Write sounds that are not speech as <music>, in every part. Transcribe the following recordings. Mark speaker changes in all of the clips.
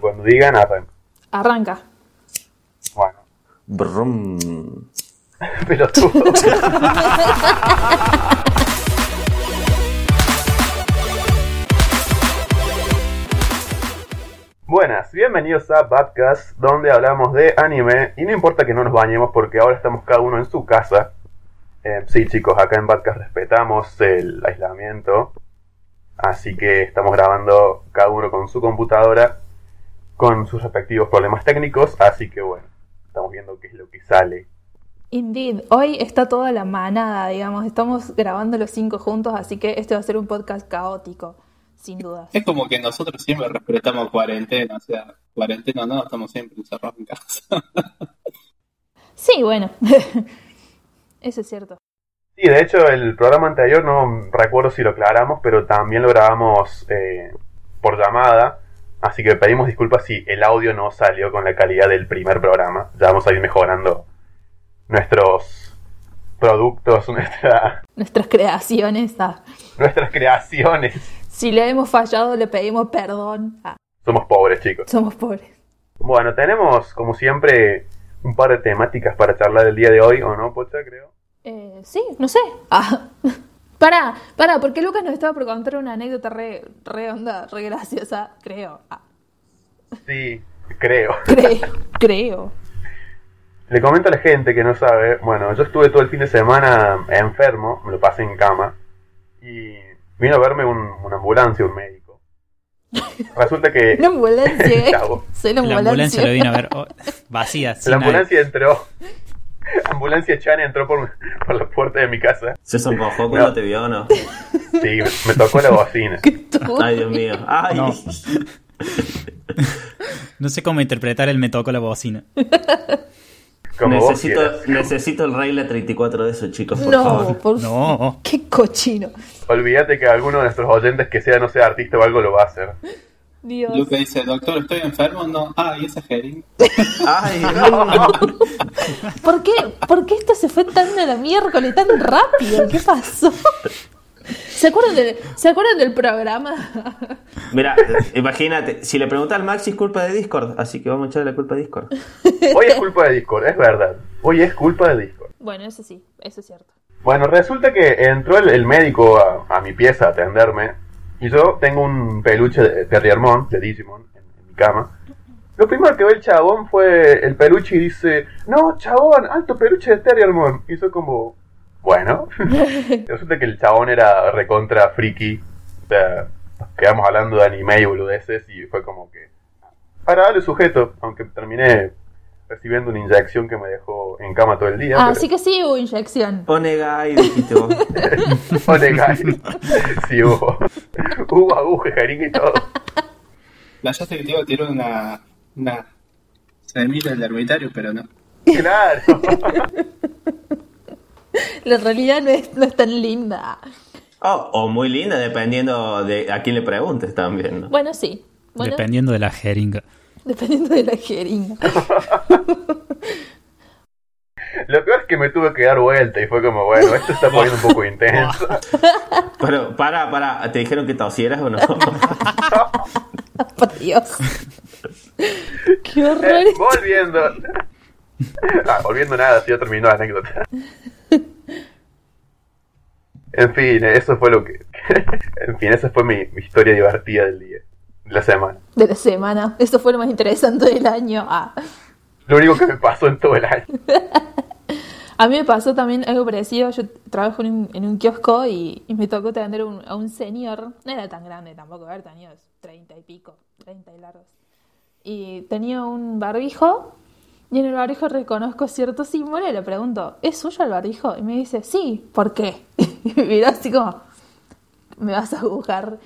Speaker 1: Cuando digan, arranco.
Speaker 2: Arranca.
Speaker 1: Bueno,
Speaker 3: Brum.
Speaker 1: <laughs> pelotudo. Buenas, bienvenidos a Badcast, donde hablamos de anime y no importa que no nos bañemos porque ahora estamos cada uno en su casa. Eh, sí, chicos, acá en Badcast respetamos el aislamiento, así que estamos grabando cada uno con su computadora, con sus respectivos problemas técnicos, así que bueno, estamos viendo qué es lo que sale.
Speaker 2: Indeed, hoy está toda la manada, digamos. Estamos grabando los cinco juntos, así que este va a ser un podcast caótico, sin duda.
Speaker 4: Es como que nosotros siempre respetamos cuarentena, o sea, cuarentena no, estamos siempre encerrados en casa. <laughs>
Speaker 2: Sí, bueno. <laughs> Eso es cierto.
Speaker 1: Sí, de hecho, el programa anterior no recuerdo si lo aclaramos, pero también lo grabamos eh, por llamada. Así que pedimos disculpas si el audio no salió con la calidad del primer programa. Ya vamos a ir mejorando nuestros productos, <laughs> nuestra,
Speaker 2: Nuestras creaciones. ah.
Speaker 1: nuestras creaciones.
Speaker 2: Si le hemos fallado, le pedimos perdón. Ah,
Speaker 1: Somos pobres, chicos.
Speaker 2: somos pobres.
Speaker 1: Bueno, tenemos, como siempre, un par de temáticas para charlar el día de hoy, ¿o no, Pocha, creo?
Speaker 2: Eh, sí, no sé. Ah. <laughs> Pará, pará, porque Lucas nos estaba por contar una anécdota re, re onda, re graciosa, creo. Ah,
Speaker 1: Sí, creo.
Speaker 2: creo, creo.
Speaker 1: Le comento a la gente que no sabe, bueno, yo estuve todo el fin de semana enfermo, me lo pasé en cama, y vino a verme un, una ambulancia, un médico. Resulta que
Speaker 2: Una ambulancia. eh.
Speaker 1: Chavo.
Speaker 2: Soy una
Speaker 5: La
Speaker 2: <laughs>
Speaker 5: ambulancia lo vino a ver oh, vacía. sin
Speaker 1: la
Speaker 5: nadie.
Speaker 1: ambulancia entró, <laughs> ambulancia Chan entró por, por la puerta de mi casa.
Speaker 3: ¿Se sonrojó cuando
Speaker 1: No.
Speaker 3: te vio o no?
Speaker 1: Sí, me tocó la bocina.
Speaker 2: Qué tonto.
Speaker 3: Ay, Dios mío. Ay.
Speaker 5: No. No sé cómo interpretar el me tocó la bocina.
Speaker 1: Como vos quieras.
Speaker 3: necesito, necesito el regla 34 de eso, chicos, por
Speaker 2: No,
Speaker 3: favor.
Speaker 2: por
Speaker 5: No.
Speaker 2: Qué cochino.
Speaker 1: Olvídate que alguno de nuestros oyentes que sea, no sea artista o algo, lo va a hacer.
Speaker 2: Dios.
Speaker 4: Luke dice, doctor, estoy enfermo, no, ah, y esa jeringa.
Speaker 3: Ay, no. <laughs>
Speaker 2: ¿Por qué, ¿Por qué esto se fue tan de la miércoles tan rápido? ¿Qué pasó? ¿Se acuerdan del, ¿se acuerdan del programa?
Speaker 3: Mira, imagínate, si le preguntas al Maxi es culpa de Discord, así que vamos a echarle la culpa a Discord.
Speaker 1: Hoy es culpa de Discord, es verdad. Hoy es culpa de Discord.
Speaker 2: Bueno, eso sí, eso es cierto.
Speaker 1: Bueno, resulta que entró el, el médico a, a mi pieza a atenderme y yo tengo un peluche de Terriermon, de Digimon, en, en mi cama. Lo primero que ve el chabón fue el peluche y dice, no, chabón, alto peluche de Terriermon. Y yo como, bueno. resulta que el chabón era recontra friki. O sea, quedamos hablando de anime y boludeces y fue como que, para darle sujeto, aunque terminé recibiendo una inyección que me dejó en cama todo el día.
Speaker 2: Ah,
Speaker 1: pero-
Speaker 2: así que sí hubo inyección.
Speaker 3: Onegai,
Speaker 2: <laughs>
Speaker 3: dijiste vos.
Speaker 1: Onegai. Oh, Sí, hubo. Hubo aguja, jeringa y todo.
Speaker 4: La ya sé que te iba a tirar una, una semilla del ermitario, pero no.
Speaker 1: Claro.
Speaker 2: La realidad no es, no es tan linda.
Speaker 3: Oh, o muy linda, dependiendo de a quién le preguntes también, ¿no?
Speaker 2: Bueno, sí. Bueno,
Speaker 5: Dependiendo de la jeringa.
Speaker 2: dependiendo de la jeringa. <laughs>
Speaker 1: Lo peor es que me tuve que dar vuelta y fue como, bueno, esto está poniendo un poco intenso.
Speaker 3: Pero, para, para, ¿te dijeron que tosieras o no?
Speaker 2: Por Dios. Qué horror.
Speaker 1: Eh, volviendo. Ah, volviendo nada, si ya terminó la anécdota. En fin, eso fue lo que. En fin, esa fue mi, mi historia divertida del día, de la semana.
Speaker 2: De la semana. Eso fue lo más interesante del año. Ah.
Speaker 1: Lo único que me pasó en todo el año.
Speaker 2: A mí me pasó también algo parecido. Yo trabajo en un, en un kiosco y, y me tocó atender a un, a un señor. No era tan grande tampoco, a ver, tenía treinta y pico, treinta y largos. Y tenía un barbijo y en el barbijo reconozco cierto símbolo y le pregunto, ¿es suyo el barbijo? Y me dice, sí, ¿por qué? <laughs> Y me miró así como, me vas a agujar.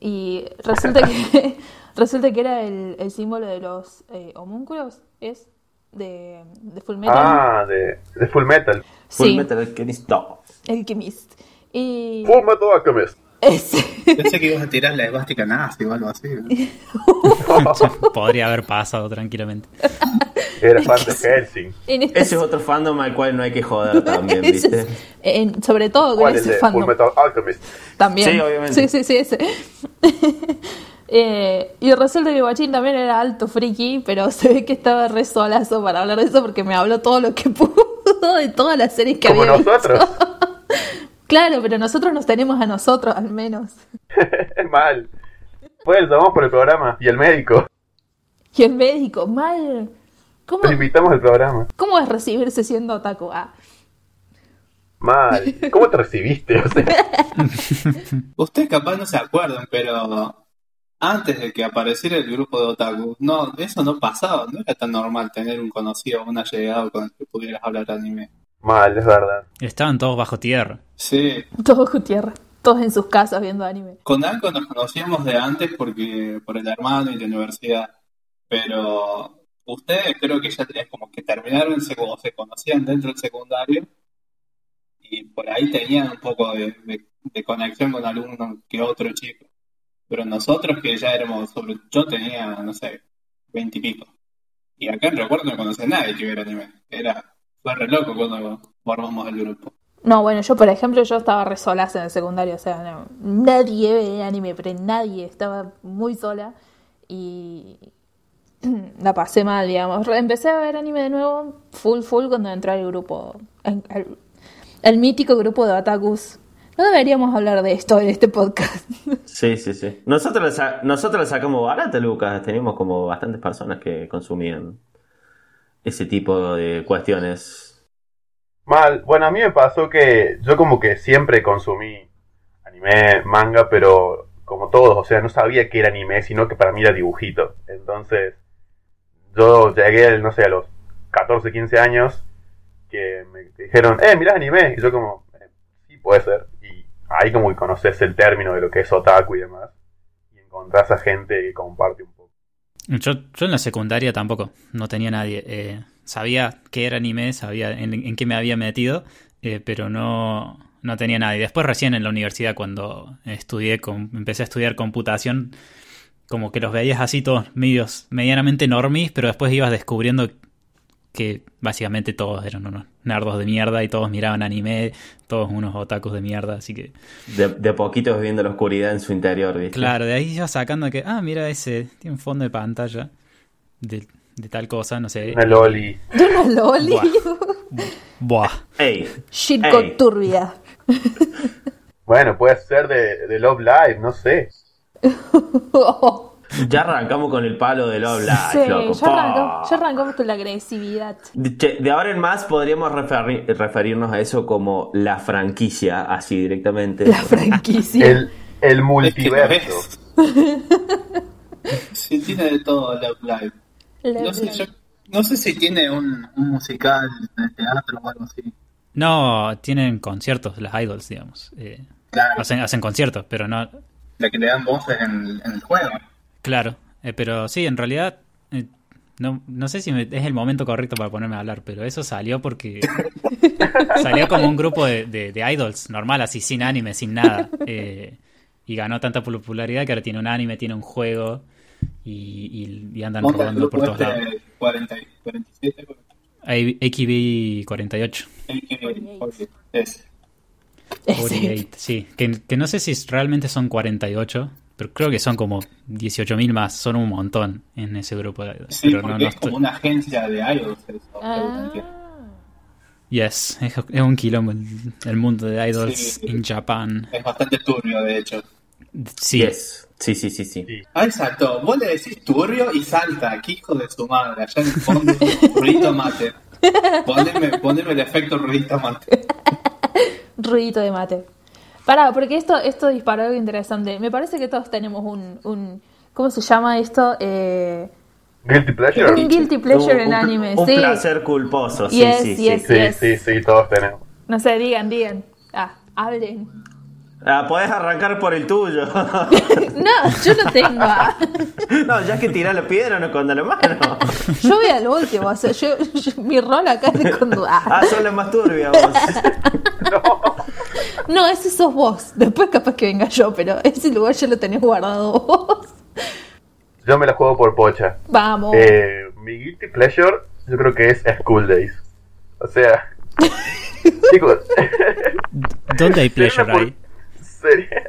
Speaker 2: Y resulta que, <laughs> resulta que era el, el símbolo de los eh, homúnculos, es de, de Fullmetal.
Speaker 1: Ah, de, de Full Metal.
Speaker 3: Full
Speaker 2: <laughs> Sí,
Speaker 3: Metal Alchemist, no.
Speaker 2: el Kimist. Y
Speaker 1: Full Metal Alchemist.
Speaker 2: ese-
Speaker 4: Pensé que ibas a tirar la esvástica nazi o algo así.
Speaker 5: Podría haber pasado tranquilamente.
Speaker 1: Era fan de Helsing.
Speaker 2: <laughs> en esta-
Speaker 3: Ese es otro fandom al cual no hay que joder
Speaker 2: <laughs>
Speaker 3: también,
Speaker 2: ese-
Speaker 3: ¿viste?
Speaker 2: en- sobre todo con
Speaker 1: ¿Cuál es
Speaker 2: ese
Speaker 1: de
Speaker 2: fandom
Speaker 1: Full Metal Alchemist?
Speaker 2: también.
Speaker 3: Sí,
Speaker 2: Sí,
Speaker 3: obviamente.
Speaker 2: sí, sí, ese. <laughs> Eh, y resulta que Guachín también era alto friki, pero <laughs> se ve que estaba re solazo para hablar de eso porque me habló todo lo que <laughs> pudo de todas las series que
Speaker 1: Como
Speaker 2: había visto.
Speaker 1: nosotros. <laughs>
Speaker 2: claro, pero nosotros nos tenemos a nosotros al menos.
Speaker 1: Mal. Pues lo llamamos por el programa y el
Speaker 2: <laughs>
Speaker 1: médico.
Speaker 2: Y el médico, mal. ¿Cómo,
Speaker 1: Lo invitamos al programa.
Speaker 2: cómo es recibirse siendo otaku? Ah,
Speaker 1: Mal. ¿Cómo te recibiste? O sea,
Speaker 2: <laughs>
Speaker 4: Ustedes capaz no se acuerdan, pero antes de que apareciera el grupo de otaku, no, eso no pasaba, no era tan normal tener un conocido o un allegado con el que pudieras hablar anime.
Speaker 1: mal, es verdad.
Speaker 5: Estaban todos bajo tierra.
Speaker 4: Sí,
Speaker 2: todos Gutiérrez, todos en sus casas viendo anime.
Speaker 4: con algo nos conocíamos de antes porque por el hermano y la universidad, pero ustedes creo que ya tenían como que terminaron se, o se conocían dentro del secundario y por ahí tenían un poco de, de- de conexión con alguno que otro chico. Pero nosotros que ya éramos, sobre, yo tenía, no sé, veintipico. Y, acá en Recuerdo no conocía a nadie que hubiera anime. Era, fue re loco cuando formamos el grupo.
Speaker 2: No, bueno, yo por ejemplo, yo estaba re sola en el secundario, o sea, no- nadie ve anime, pero nadie, estaba muy sola y <clears throat> la pasé mal, digamos. Re- Empecé a ver anime de nuevo, full, full, cuando entré al grupo, al, al- al mítico grupo de otakus. No deberíamos hablar de esto en este podcast. <laughs>
Speaker 3: Sí, sí, sí. Nosotros la sa- nosotros la sacamos barata, Lucas. Teníamos como bastantes personas que consumían ese tipo de cuestiones.
Speaker 1: Mal. Bueno, a mí me pasó que yo como que siempre consumí anime, manga, pero como todos, o sea, no sabía que era anime, sino que para mí era dibujito. Entonces, yo llegué, no sé, a los 14, 15 años, que me dijeron, eh, mirá anime. Y yo como, "Eh, sí, puede ser. Y ahí como que conoces el término de lo que es otaku y demás. Y encontrás a gente que comparte un poco.
Speaker 5: Yo, yo en la secundaria tampoco, no tenía nadie. Eh, sabía que era anime, sabía en, en qué me había metido, eh, pero no, no tenía nadie. Después recién en la universidad cuando estudié, con- empecé a estudiar computación, como que los veías así todos medios, medianamente normis, pero después ibas descubriendo que básicamente todos eran unos nerdos de mierda y todos miraban anime, todos unos otakus de mierda, así que...
Speaker 3: De, de poquitos viendo la oscuridad en su interior, ¿viste?
Speaker 5: Claro, de ahí yo sacando que, ah, mira ese, tiene un fondo de pantalla de, de tal cosa, no sé.
Speaker 1: Una loli.
Speaker 2: De una loli, <laughs>
Speaker 5: Buah.
Speaker 3: Ey,
Speaker 2: shitco
Speaker 3: Ey.
Speaker 2: <laughs> turbia.
Speaker 1: Bueno, puede ser de, de Love Live, no sé.
Speaker 3: ya arrancamos con el palo del habla,
Speaker 2: Oh, sí,
Speaker 3: loco.
Speaker 2: yo arrancó,
Speaker 3: Pa.
Speaker 2: yo arrancó con la agresividad.
Speaker 3: De, che, de ahora en más podríamos referi- referirnos a eso como la franquicia, así directamente.
Speaker 2: La franquicia.
Speaker 1: El, el
Speaker 4: Es que no
Speaker 1: multiverso.
Speaker 4: es. Sí, tiene de todo Love Live.
Speaker 2: La-
Speaker 4: No sé, yo- no sé si tiene un, un musical de teatro o algo así.
Speaker 5: No, tienen conciertos, las idols, digamos. Eh,
Speaker 4: Claro,
Speaker 5: hacen, hacen conciertos, pero no.
Speaker 4: la que le dan voces en, en el juego.
Speaker 5: Claro, eh, pero sí, en realidad. eh, no, no sé si me- es el momento correcto para ponerme a hablar, pero eso salió porque. salió como un grupo de, de- de idols, normal, así, sin anime, sin nada. eh, y ganó tanta popularidad que ahora tiene un anime, tiene un juego. Y, y- y andan
Speaker 4: Monta el
Speaker 5: rodando por
Speaker 4: grupo
Speaker 5: todos
Speaker 4: este
Speaker 5: lados.
Speaker 4: de 40, 47,
Speaker 5: AKB 48.
Speaker 4: porque- porque es.
Speaker 2: Ese.
Speaker 5: 48, sí. Que, que no sé si realmente son 48, pero creo que son como 18.000 más. Son un montón en ese grupo de idols.
Speaker 4: Sí,
Speaker 5: pero
Speaker 4: porque
Speaker 5: no, no
Speaker 4: es como
Speaker 5: estoy-
Speaker 4: una agencia de idols. Eso,
Speaker 2: Ah.
Speaker 5: Yes, es, es un quilombo el, el mundo de idols
Speaker 4: Sí.
Speaker 5: en Japón.
Speaker 4: Es bastante turbio, de hecho.
Speaker 5: Sí,
Speaker 3: Yes. Sí, sí, sí, sí.
Speaker 4: Ahí saltó. Vos le decís turbio y salta. ¡Qué hijo de su madre! Allá en el fondo, ruidito mate. Poneme, poneme el efecto ruidito mate.
Speaker 2: Ruidito de mate. Pará, porque esto, esto disparó algo interesante. Me parece que todos tenemos un. un- ¿Cómo se llama esto? Eh,
Speaker 1: Guilty pleasure.
Speaker 2: un guilty pleasure
Speaker 3: Un-
Speaker 2: en
Speaker 3: un-
Speaker 2: anime,
Speaker 3: Un
Speaker 2: sí.
Speaker 3: placer culposo, sí,
Speaker 2: Yes,
Speaker 3: sí,
Speaker 2: yes.
Speaker 3: sí.
Speaker 1: Sí, sí, sí, todos tenemos.
Speaker 2: No sé, digan, digan. Ah, hablen. <laughs>
Speaker 3: Ah, podés arrancar por el tuyo. <laughs>
Speaker 2: No, yo no tengo. ah.
Speaker 3: no, ya que tirás la piedra, no escondas la mano.
Speaker 2: Yo voy al último. O sea, yo, yo- mi rol acá es cuando. ah.
Speaker 3: Ah, son las más turbias vos.
Speaker 2: No, ese sos vos. Después capaz que venga yo, pero ese lugar ya lo tenés guardado vos.
Speaker 1: Yo me la juego por pocha.
Speaker 2: Vamos.
Speaker 1: Eh, mi guilty pleasure, yo creo que es School Days.
Speaker 2: <laughs>
Speaker 1: O sea, chicos,
Speaker 5: ¿dónde hay
Speaker 1: si era
Speaker 5: pleasure
Speaker 1: una por-
Speaker 5: ahí?
Speaker 1: Sería,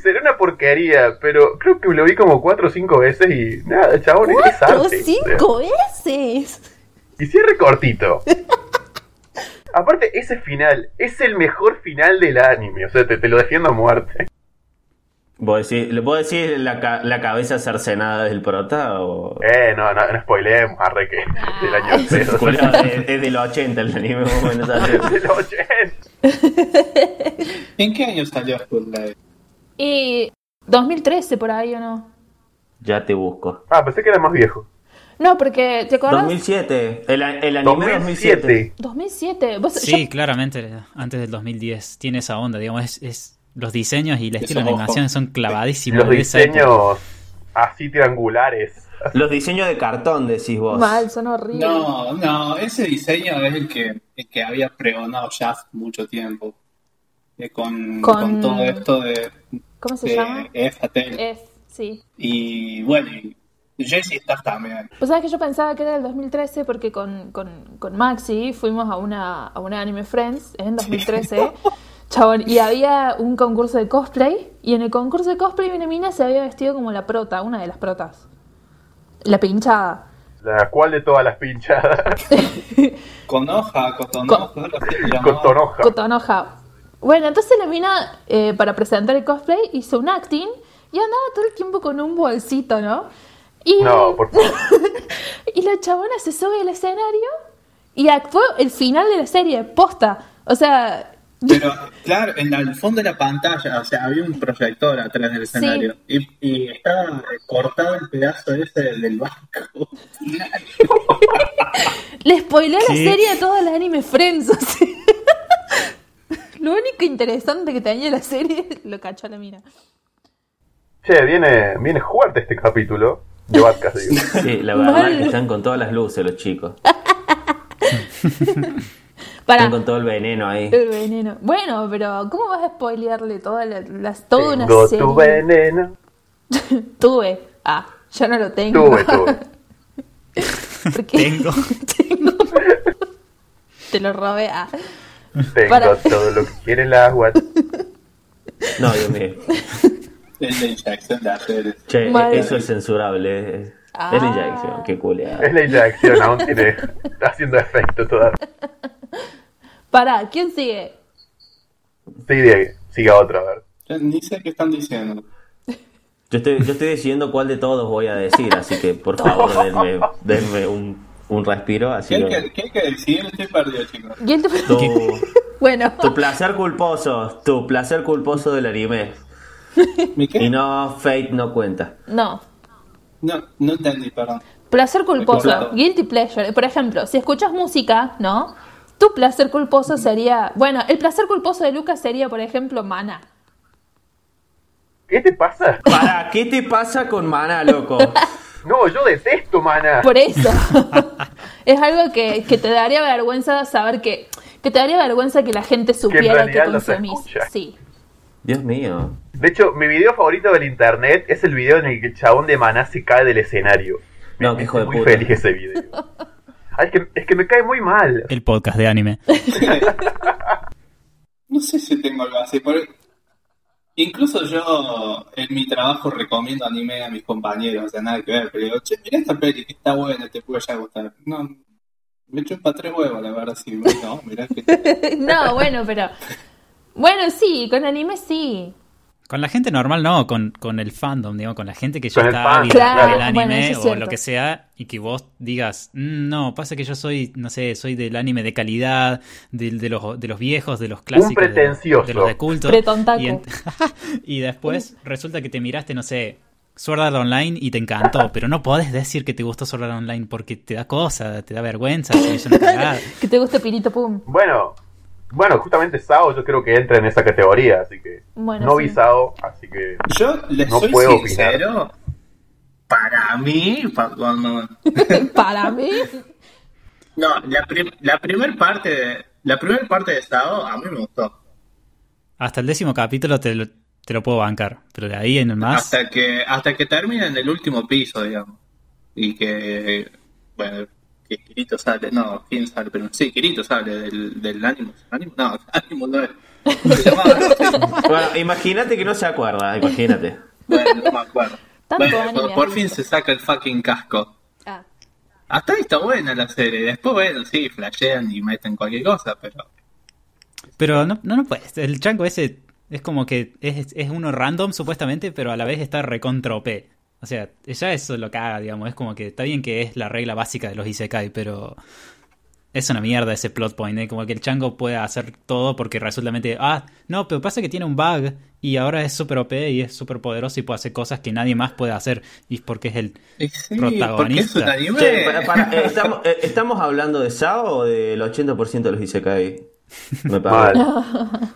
Speaker 1: sería <laughs> una porquería, pero creo que lo vi como cuatro o cinco veces y nada, chabón, es
Speaker 2: ¡Cuatro,
Speaker 1: arte.
Speaker 2: cinco veces!
Speaker 1: Y cierre
Speaker 2: <laughs>
Speaker 1: cortito. Aparte, ese final es el mejor final del anime, o sea, te, te lo defiendo a muerte.
Speaker 3: ¿Vos decís, le- vos decís la, ca- la cabeza cercenada del prota o...?
Speaker 1: Eh, no, no, no spoileemos, arre que
Speaker 2: Ah.
Speaker 1: del año cero.
Speaker 3: Culiao, es, es del 80 el anime, vos bueno, sabés.
Speaker 1: Del 80.
Speaker 4: ¿En qué año salió School Live?
Speaker 2: Y 2013 por ahí o no.
Speaker 3: Ya te busco.
Speaker 1: Ah, pensé que era más viejo.
Speaker 2: No, porque, ¿te acuerdas?
Speaker 3: 2007, el, a- el anime 2007.
Speaker 1: 2007.
Speaker 2: 2007. Vos-
Speaker 5: Sí,
Speaker 2: yo-
Speaker 5: claramente, antes del 2010 tiene esa onda, digamos, es, es- los diseños y el estilo de
Speaker 4: ojo.
Speaker 5: animación son
Speaker 1: Y
Speaker 5: clavadísimos
Speaker 1: los
Speaker 5: de esa época.
Speaker 1: diseños así triangulares.
Speaker 3: Los diseños de cartón, decís vos.
Speaker 2: Mal, son horribles.
Speaker 4: No, no, ese diseño es el que, el que había pregonado Shaft mucho tiempo. Eh, con,
Speaker 2: Con-
Speaker 4: con todo esto de,
Speaker 2: ¿Cómo se llama? Eh.
Speaker 4: de FAT.
Speaker 2: Es, sí.
Speaker 4: Y bueno, y Jesse está también.
Speaker 2: Pues sabes que yo pensaba que era del 2013 porque con, con, con Maxi fuimos a una, a una Anime Friends en 2013. Chabón, y había un concurso de cosplay. Y en el concurso de cosplay, una mina se había vestido como la prota, una de las protas. La pinchada.
Speaker 1: La cual de todas las pinchadas.
Speaker 4: Con hoja, cotonoja, con,
Speaker 1: Con tonoja.
Speaker 2: Cotonoja. Bueno, entonces la mina, eh, para presentar el cosplay, hizo un acting y andaba todo el tiempo con un bolsito, ¿no? Y,
Speaker 1: No, por favor.
Speaker 2: y la chabona se sube al escenario y actuó el final de la serie, posta. O sea,
Speaker 4: Pero claro, en la- el fondo de la pantalla, o sea, había un proyector atrás del escenario y, y estaba eh, cortado el pedazo ese del, del banco. <laughs>
Speaker 2: le spoilé la
Speaker 5: ¿Qué?
Speaker 2: serie a todas las anime friends. <laughs> o sea. Lo único interesante que tenía la serie <laughs> lo cachó la mina.
Speaker 1: Che, viene, viene fuerte este capítulo. De Batcast, digo.
Speaker 3: Sí, la verdad
Speaker 2: Mal.
Speaker 3: que están con todas las luces los chicos.
Speaker 2: Para
Speaker 3: Están con todo el veneno ahí.
Speaker 2: el veneno. Bueno, pero ¿cómo vas a spoilearle todas las, las- <laughs> toda una
Speaker 1: Tengo
Speaker 2: serie?
Speaker 1: tu veneno.
Speaker 2: Tuve. Ah, yo no lo tengo.
Speaker 1: Tuve,
Speaker 2: <laughs>
Speaker 1: tuve.
Speaker 2: Porque-
Speaker 5: Tengo.
Speaker 2: <laughs> Tengo. Te lo robé. Ah.
Speaker 1: Tengo
Speaker 2: Para-
Speaker 1: todo lo que quiere el agua.
Speaker 3: No, Dios mío.
Speaker 4: El de inyección de hacer.
Speaker 3: Che, eh,
Speaker 2: Mal.
Speaker 3: eso es censurable. eh.
Speaker 2: Ah.
Speaker 3: Es la inyección, qué culia.
Speaker 1: Es la inyección, aún tiene. Está haciendo efecto todavía.
Speaker 2: Pará, ¿quién sigue?
Speaker 1: Sigue, sigue otra, a ver.
Speaker 4: Yo ni sé qué están diciendo.
Speaker 3: Yo estoy, yo estoy decidiendo cuál de todos voy a decir, así que por favor denme, denme un, un respiro. Así
Speaker 4: ¿Qué hay
Speaker 3: que...
Speaker 4: que, qué hay que decidir? Estoy perdido, chicos.
Speaker 2: ¿Quién te-
Speaker 3: Tu,
Speaker 2: Bueno,
Speaker 3: tu placer culposo, tu placer culposo del anime.
Speaker 4: ¿Mi qué?
Speaker 3: Y no, Fate no cuenta.
Speaker 2: no.
Speaker 4: No, no entendí, perdón. <laughs>
Speaker 2: Placer culposo,
Speaker 4: Claro.
Speaker 2: guilty pleasure. Por ejemplo, si escuchas música, ¿no? Tu placer culposo sería. Bueno, el placer culposo de Lucas sería, por ejemplo, Mana.
Speaker 1: ¿Qué te pasa?
Speaker 3: Pará, ¿qué te pasa con Mana, loco?
Speaker 1: No, yo detesto, mana.
Speaker 2: Por
Speaker 6: <laughs>
Speaker 2: eso. es algo que, que te daría vergüenza saber que. Que te daría vergüenza que la gente supiera que,
Speaker 1: realidad no se
Speaker 2: consumís.
Speaker 1: escucha.
Speaker 6: <laughs>
Speaker 2: Sí.
Speaker 3: Dios mío.
Speaker 1: De hecho, mi video favorito del internet es el video en el que el chabón de Maná se cae del escenario.
Speaker 3: No,
Speaker 1: Me-
Speaker 3: qué hijo de
Speaker 1: muy
Speaker 3: puta.
Speaker 1: feliz ese video. Ay, es, que, es que me cae muy mal.
Speaker 5: El podcast de anime.
Speaker 4: No sé si tengo algo así. Por... Incluso yo en mi trabajo recomiendo anime a mis compañeros, o sea, nada que ver, pero digo, che, mira esta peli que está buena, te puede ya gustar. No, me chupa tres huevos, la verdad, sí. No, mirá
Speaker 1: <laughs>
Speaker 4: que...
Speaker 2: No, bueno, pero. Bueno, sí, con anime sí.
Speaker 5: Con la gente normal no, con, con el fandom, digamos, con la gente que ya
Speaker 1: Con el
Speaker 5: está
Speaker 1: fan,
Speaker 5: ávida
Speaker 1: claro.
Speaker 5: del anime
Speaker 2: Bueno, eso es
Speaker 5: o
Speaker 2: cierto.
Speaker 5: lo que sea, y que vos digas, "Mm, no, pasa que yo soy, no sé, soy del anime de calidad, del- de, los, de los viejos, de los clásicos, de los-
Speaker 1: pretencioso.
Speaker 5: de los de culto.
Speaker 2: Pretontaco.
Speaker 5: Y, <laughs> y después resulta que te miraste, no sé, Sword Art Online y te encantó, pero no podés decir que te gustó Sword Art Online porque te da cosa, te da vergüenza, se me hizo
Speaker 1: <laughs>
Speaker 5: una cagada.
Speaker 2: Que te guste Pirito
Speaker 6: <laughs>
Speaker 2: Pum.
Speaker 1: Bueno, bueno, justamente Sao yo creo que entra en esa categoría, así que
Speaker 2: Bueno,
Speaker 1: no
Speaker 2: sí.
Speaker 1: vi Sao, así que
Speaker 4: Yo les
Speaker 1: No
Speaker 4: soy
Speaker 1: puedo
Speaker 4: sincero, para mí, pa- cuando-
Speaker 2: Para mí.
Speaker 4: No, la, prim- la primera parte de la primera parte de Sao a mí me gustó.
Speaker 5: Hasta el décimo capítulo te lo, te lo puedo bancar, pero de ahí en el más...
Speaker 4: Hasta que hasta que termina en el último piso, digamos. Y que bueno, que Kirito sale, no, quién sale, pero sí, Kirito sale del del <laughs> ánimo, ánimo, no, ánimo no es. Lo llamaba.
Speaker 3: Bueno, imagínate que no se acuerda, imagínate.
Speaker 4: Bueno, no me acuerdo.
Speaker 6: Tanto
Speaker 4: Bueno,
Speaker 6: anime
Speaker 4: por, por
Speaker 6: hay.
Speaker 4: fin se saca el fucking casco.
Speaker 6: Ah,
Speaker 4: Hasta ahí está buena la serie. Después, bueno, sí, flashean y meten cualquier cosa, pero.
Speaker 5: Pero no, no, no puedes. El chanco ese es como que es, es uno random, supuestamente, pero a la vez está recontra OP. O sea, ya eso lo caga, digamos. Es como que está bien que es la regla básica de los Isekai, pero es una mierda ese plot point. ¿eh? Como que el chango puede hacer todo porque resultamente, ah, no, pero pasa que tiene un bug y ahora es súper OP y es súper poderoso y puede hacer cosas que nadie más puede hacer. Y es porque es el.
Speaker 4: Y sí, porque es un
Speaker 5: Protagonista.
Speaker 4: anime.
Speaker 3: Che, para- para, eh, estamos, eh, ¿estamos hablando de SAO o del 80% de los Isekai? Me parece.
Speaker 1: Mal.
Speaker 6: buena
Speaker 5: bueno,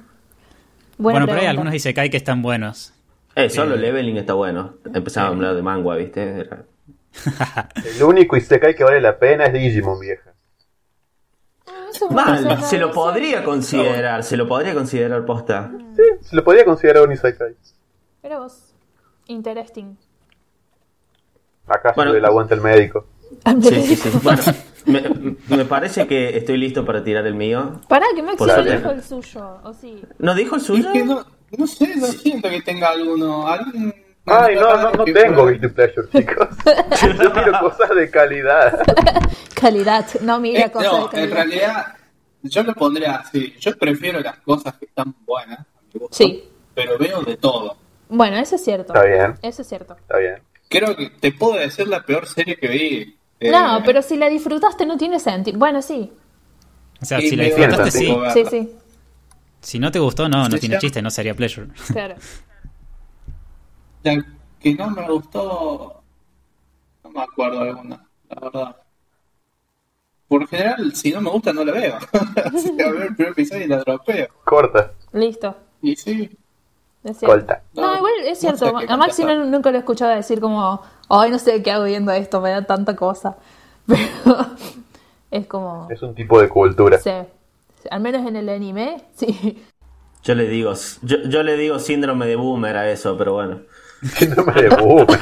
Speaker 5: pero hay
Speaker 6: pregunta.
Speaker 5: algunos Isekai que están buenos.
Speaker 3: Eh, solo leveling está bueno. Empezaba a hablar de manga, ¿viste? Era-
Speaker 1: El único Isekai que vale la pena es Digimon, vieja.
Speaker 6: Ah, eso es una cosa
Speaker 3: Mal, se lo
Speaker 6: rara,
Speaker 3: podría considerar, se lo podría considerar posta.
Speaker 2: Mm.
Speaker 1: Sí, se lo podría considerar un Isekai.
Speaker 6: sí. Mira vos. Interesting.
Speaker 1: Acaso
Speaker 3: Bueno.
Speaker 1: el aguante el médico.
Speaker 3: Sí, sí, sí. Bueno, me, me parece que estoy listo para tirar el mío.
Speaker 6: Pará, que Maxi
Speaker 1: Por
Speaker 6: no
Speaker 1: favor.
Speaker 6: dijo el suyo, ¿o sí?
Speaker 3: ¿No dijo el
Speaker 4: Es
Speaker 3: suyo?
Speaker 4: que no, no sé, no siento que tenga alguno. Algún...
Speaker 1: Ay, no, no, no
Speaker 4: que-
Speaker 1: tengo Guilty Pleasure, chicos. Yo quiero cosas de calidad.
Speaker 6: Calidad, no mira
Speaker 4: Eh,
Speaker 6: cosas
Speaker 4: no,
Speaker 6: de
Speaker 4: en
Speaker 6: calidad.
Speaker 4: realidad, yo lo pondría así. Yo prefiero las cosas que están buenas, a mi gusto,
Speaker 6: Sí.
Speaker 4: pero veo de todo.
Speaker 6: Bueno, eso es cierto.
Speaker 1: Está bien,
Speaker 6: Eso es cierto.
Speaker 1: está bien.
Speaker 4: Creo que te puedo decir la peor serie que vi. eh,
Speaker 6: No, pero si la disfrutaste no tiene sentido. Bueno, sí,
Speaker 5: O sea,
Speaker 4: y
Speaker 5: si la
Speaker 4: veo
Speaker 5: disfrutaste,
Speaker 4: de
Speaker 5: sí.
Speaker 4: todo.
Speaker 6: sí, sí,
Speaker 5: Si no te gustó, no, no
Speaker 4: Sí,
Speaker 5: tiene
Speaker 4: ya.
Speaker 5: chiste, no sería pleasure.
Speaker 6: claro.
Speaker 4: La que no me gustó, no me acuerdo alguna, la verdad. Por general, si no me gusta, no la veo. <laughs> o sea, veo el primer episodio y la dropeo.
Speaker 1: Corta,
Speaker 6: Listo.
Speaker 4: Y sí,
Speaker 6: Es cierto.
Speaker 1: corta.
Speaker 6: No, igual es
Speaker 4: No sé
Speaker 6: cierto.
Speaker 4: qué
Speaker 6: A Maxi
Speaker 4: contestar.
Speaker 6: no- nunca lo he escuchado decir como, ay, no sé qué hago viendo esto, me da tanta cosa. Pero es como,
Speaker 1: <laughs> Es un tipo de cultura. <laughs>
Speaker 6: sí. Al menos en el anime, <laughs> sí.
Speaker 3: Yo le digo, yo, yo le digo síndrome de boomer a eso, pero bueno.
Speaker 1: Síndrome de boomer.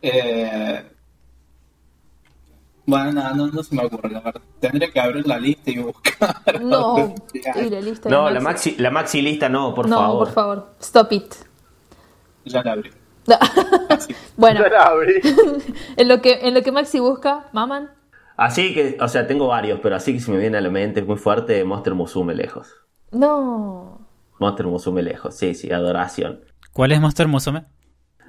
Speaker 4: Eh, Bueno, no, no, no se me ocurre, la verdad. Tendré que abrir la lista y buscar.
Speaker 6: <laughs>
Speaker 4: <laughs>
Speaker 6: No, y
Speaker 4: Ya,
Speaker 6: la lista de
Speaker 3: No, la maxi, la maxi lista no, por
Speaker 6: no,
Speaker 3: favor.
Speaker 6: por favor, stop it.
Speaker 4: ya la abrí.
Speaker 6: No.
Speaker 4: Así.
Speaker 6: <laughs> bueno,
Speaker 1: Ya la abrí.
Speaker 6: <laughs> en lo que en lo que Maxi busca, maman.
Speaker 3: Así que, o sea, tengo varios, pero así que se me viene a la mente es muy fuerte Monster Musume lejos.
Speaker 6: No.
Speaker 3: Monster Musume lejos, sí, sí, adoración.
Speaker 5: ¿Cuál es Monster Musume?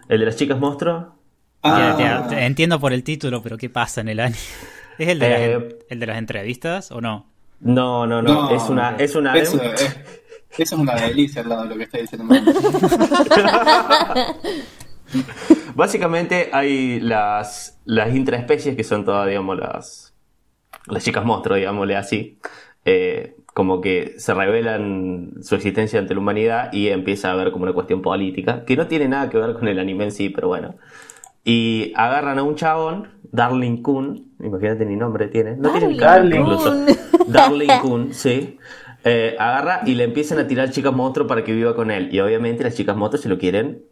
Speaker 3: ¿El de las chicas monstruo?
Speaker 5: Ya,
Speaker 4: Ah,
Speaker 5: ya,
Speaker 3: eh,
Speaker 5: te- entiendo por el título, pero ¿qué pasa en el anime? <laughs> ¿Es el de, las,
Speaker 3: Eh,
Speaker 5: el de las entrevistas o no?
Speaker 3: No, no, no,
Speaker 4: No,
Speaker 3: es una, es una
Speaker 4: eso, es, eso es una delicia al lado de lo que está
Speaker 3: <laughs>
Speaker 4: diciendo. Manu.
Speaker 3: Básicamente hay las, las intraespecies que son todas, digamos, las, las chicas monstruo, digámosle así, eh, como que se revelan su existencia ante la humanidad y empieza a haber como una cuestión política, que no tiene nada que ver con el anime en sí, pero bueno. Y agarran a un chabón, Darling Kun, imagínate ni nombre tiene, no tiene ni
Speaker 1: Darling
Speaker 3: nombre
Speaker 6: Kun.
Speaker 3: incluso. <laughs> Darling Kun, sí. Eh, agarra y le empiezan a tirar chicas monstruo para que viva con él. Y obviamente las chicas monstruo se lo quieren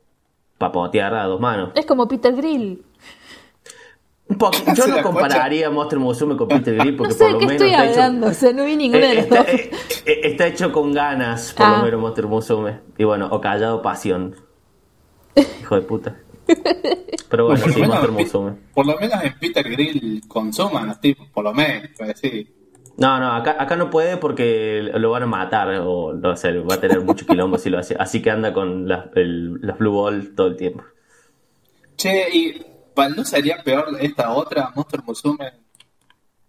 Speaker 3: papotear a dos manos.
Speaker 6: Es como Peter Grill.
Speaker 4: <laughs>
Speaker 3: Un poco. Yo
Speaker 4: Se
Speaker 3: no
Speaker 4: la
Speaker 3: compararía Monster Musume con
Speaker 6: <laughs>
Speaker 3: Peter Grill
Speaker 6: No
Speaker 3: porque
Speaker 6: sé
Speaker 3: por
Speaker 6: de
Speaker 3: lo
Speaker 6: qué
Speaker 3: menos
Speaker 6: estoy
Speaker 3: está hecho-
Speaker 6: hablando, o sea, no vi
Speaker 3: eh,
Speaker 6: ninguna de las
Speaker 3: está,
Speaker 6: dos.
Speaker 3: eh, eh, está hecho con ganas, por
Speaker 6: Ah.
Speaker 3: lo menos Monster Musume. Y bueno, o callado
Speaker 6: <laughs>
Speaker 3: pasión. Hijo de puta. Pero bueno,
Speaker 4: Por
Speaker 3: sí,
Speaker 4: lo menos
Speaker 3: Monster
Speaker 4: en
Speaker 3: Musume.
Speaker 4: Pi- Por lo menos en Peter Grill consuman los tipos, por lo menos, pues sí.
Speaker 3: No, no, acá, acá no puede porque lo van a matar o no sé, va a tener mucho quilombo si lo hace. Así que anda con las el- las Blue Ball todo el tiempo.
Speaker 4: Che, y ¿pal- ¿no sería peor esta otra, Monster Musume?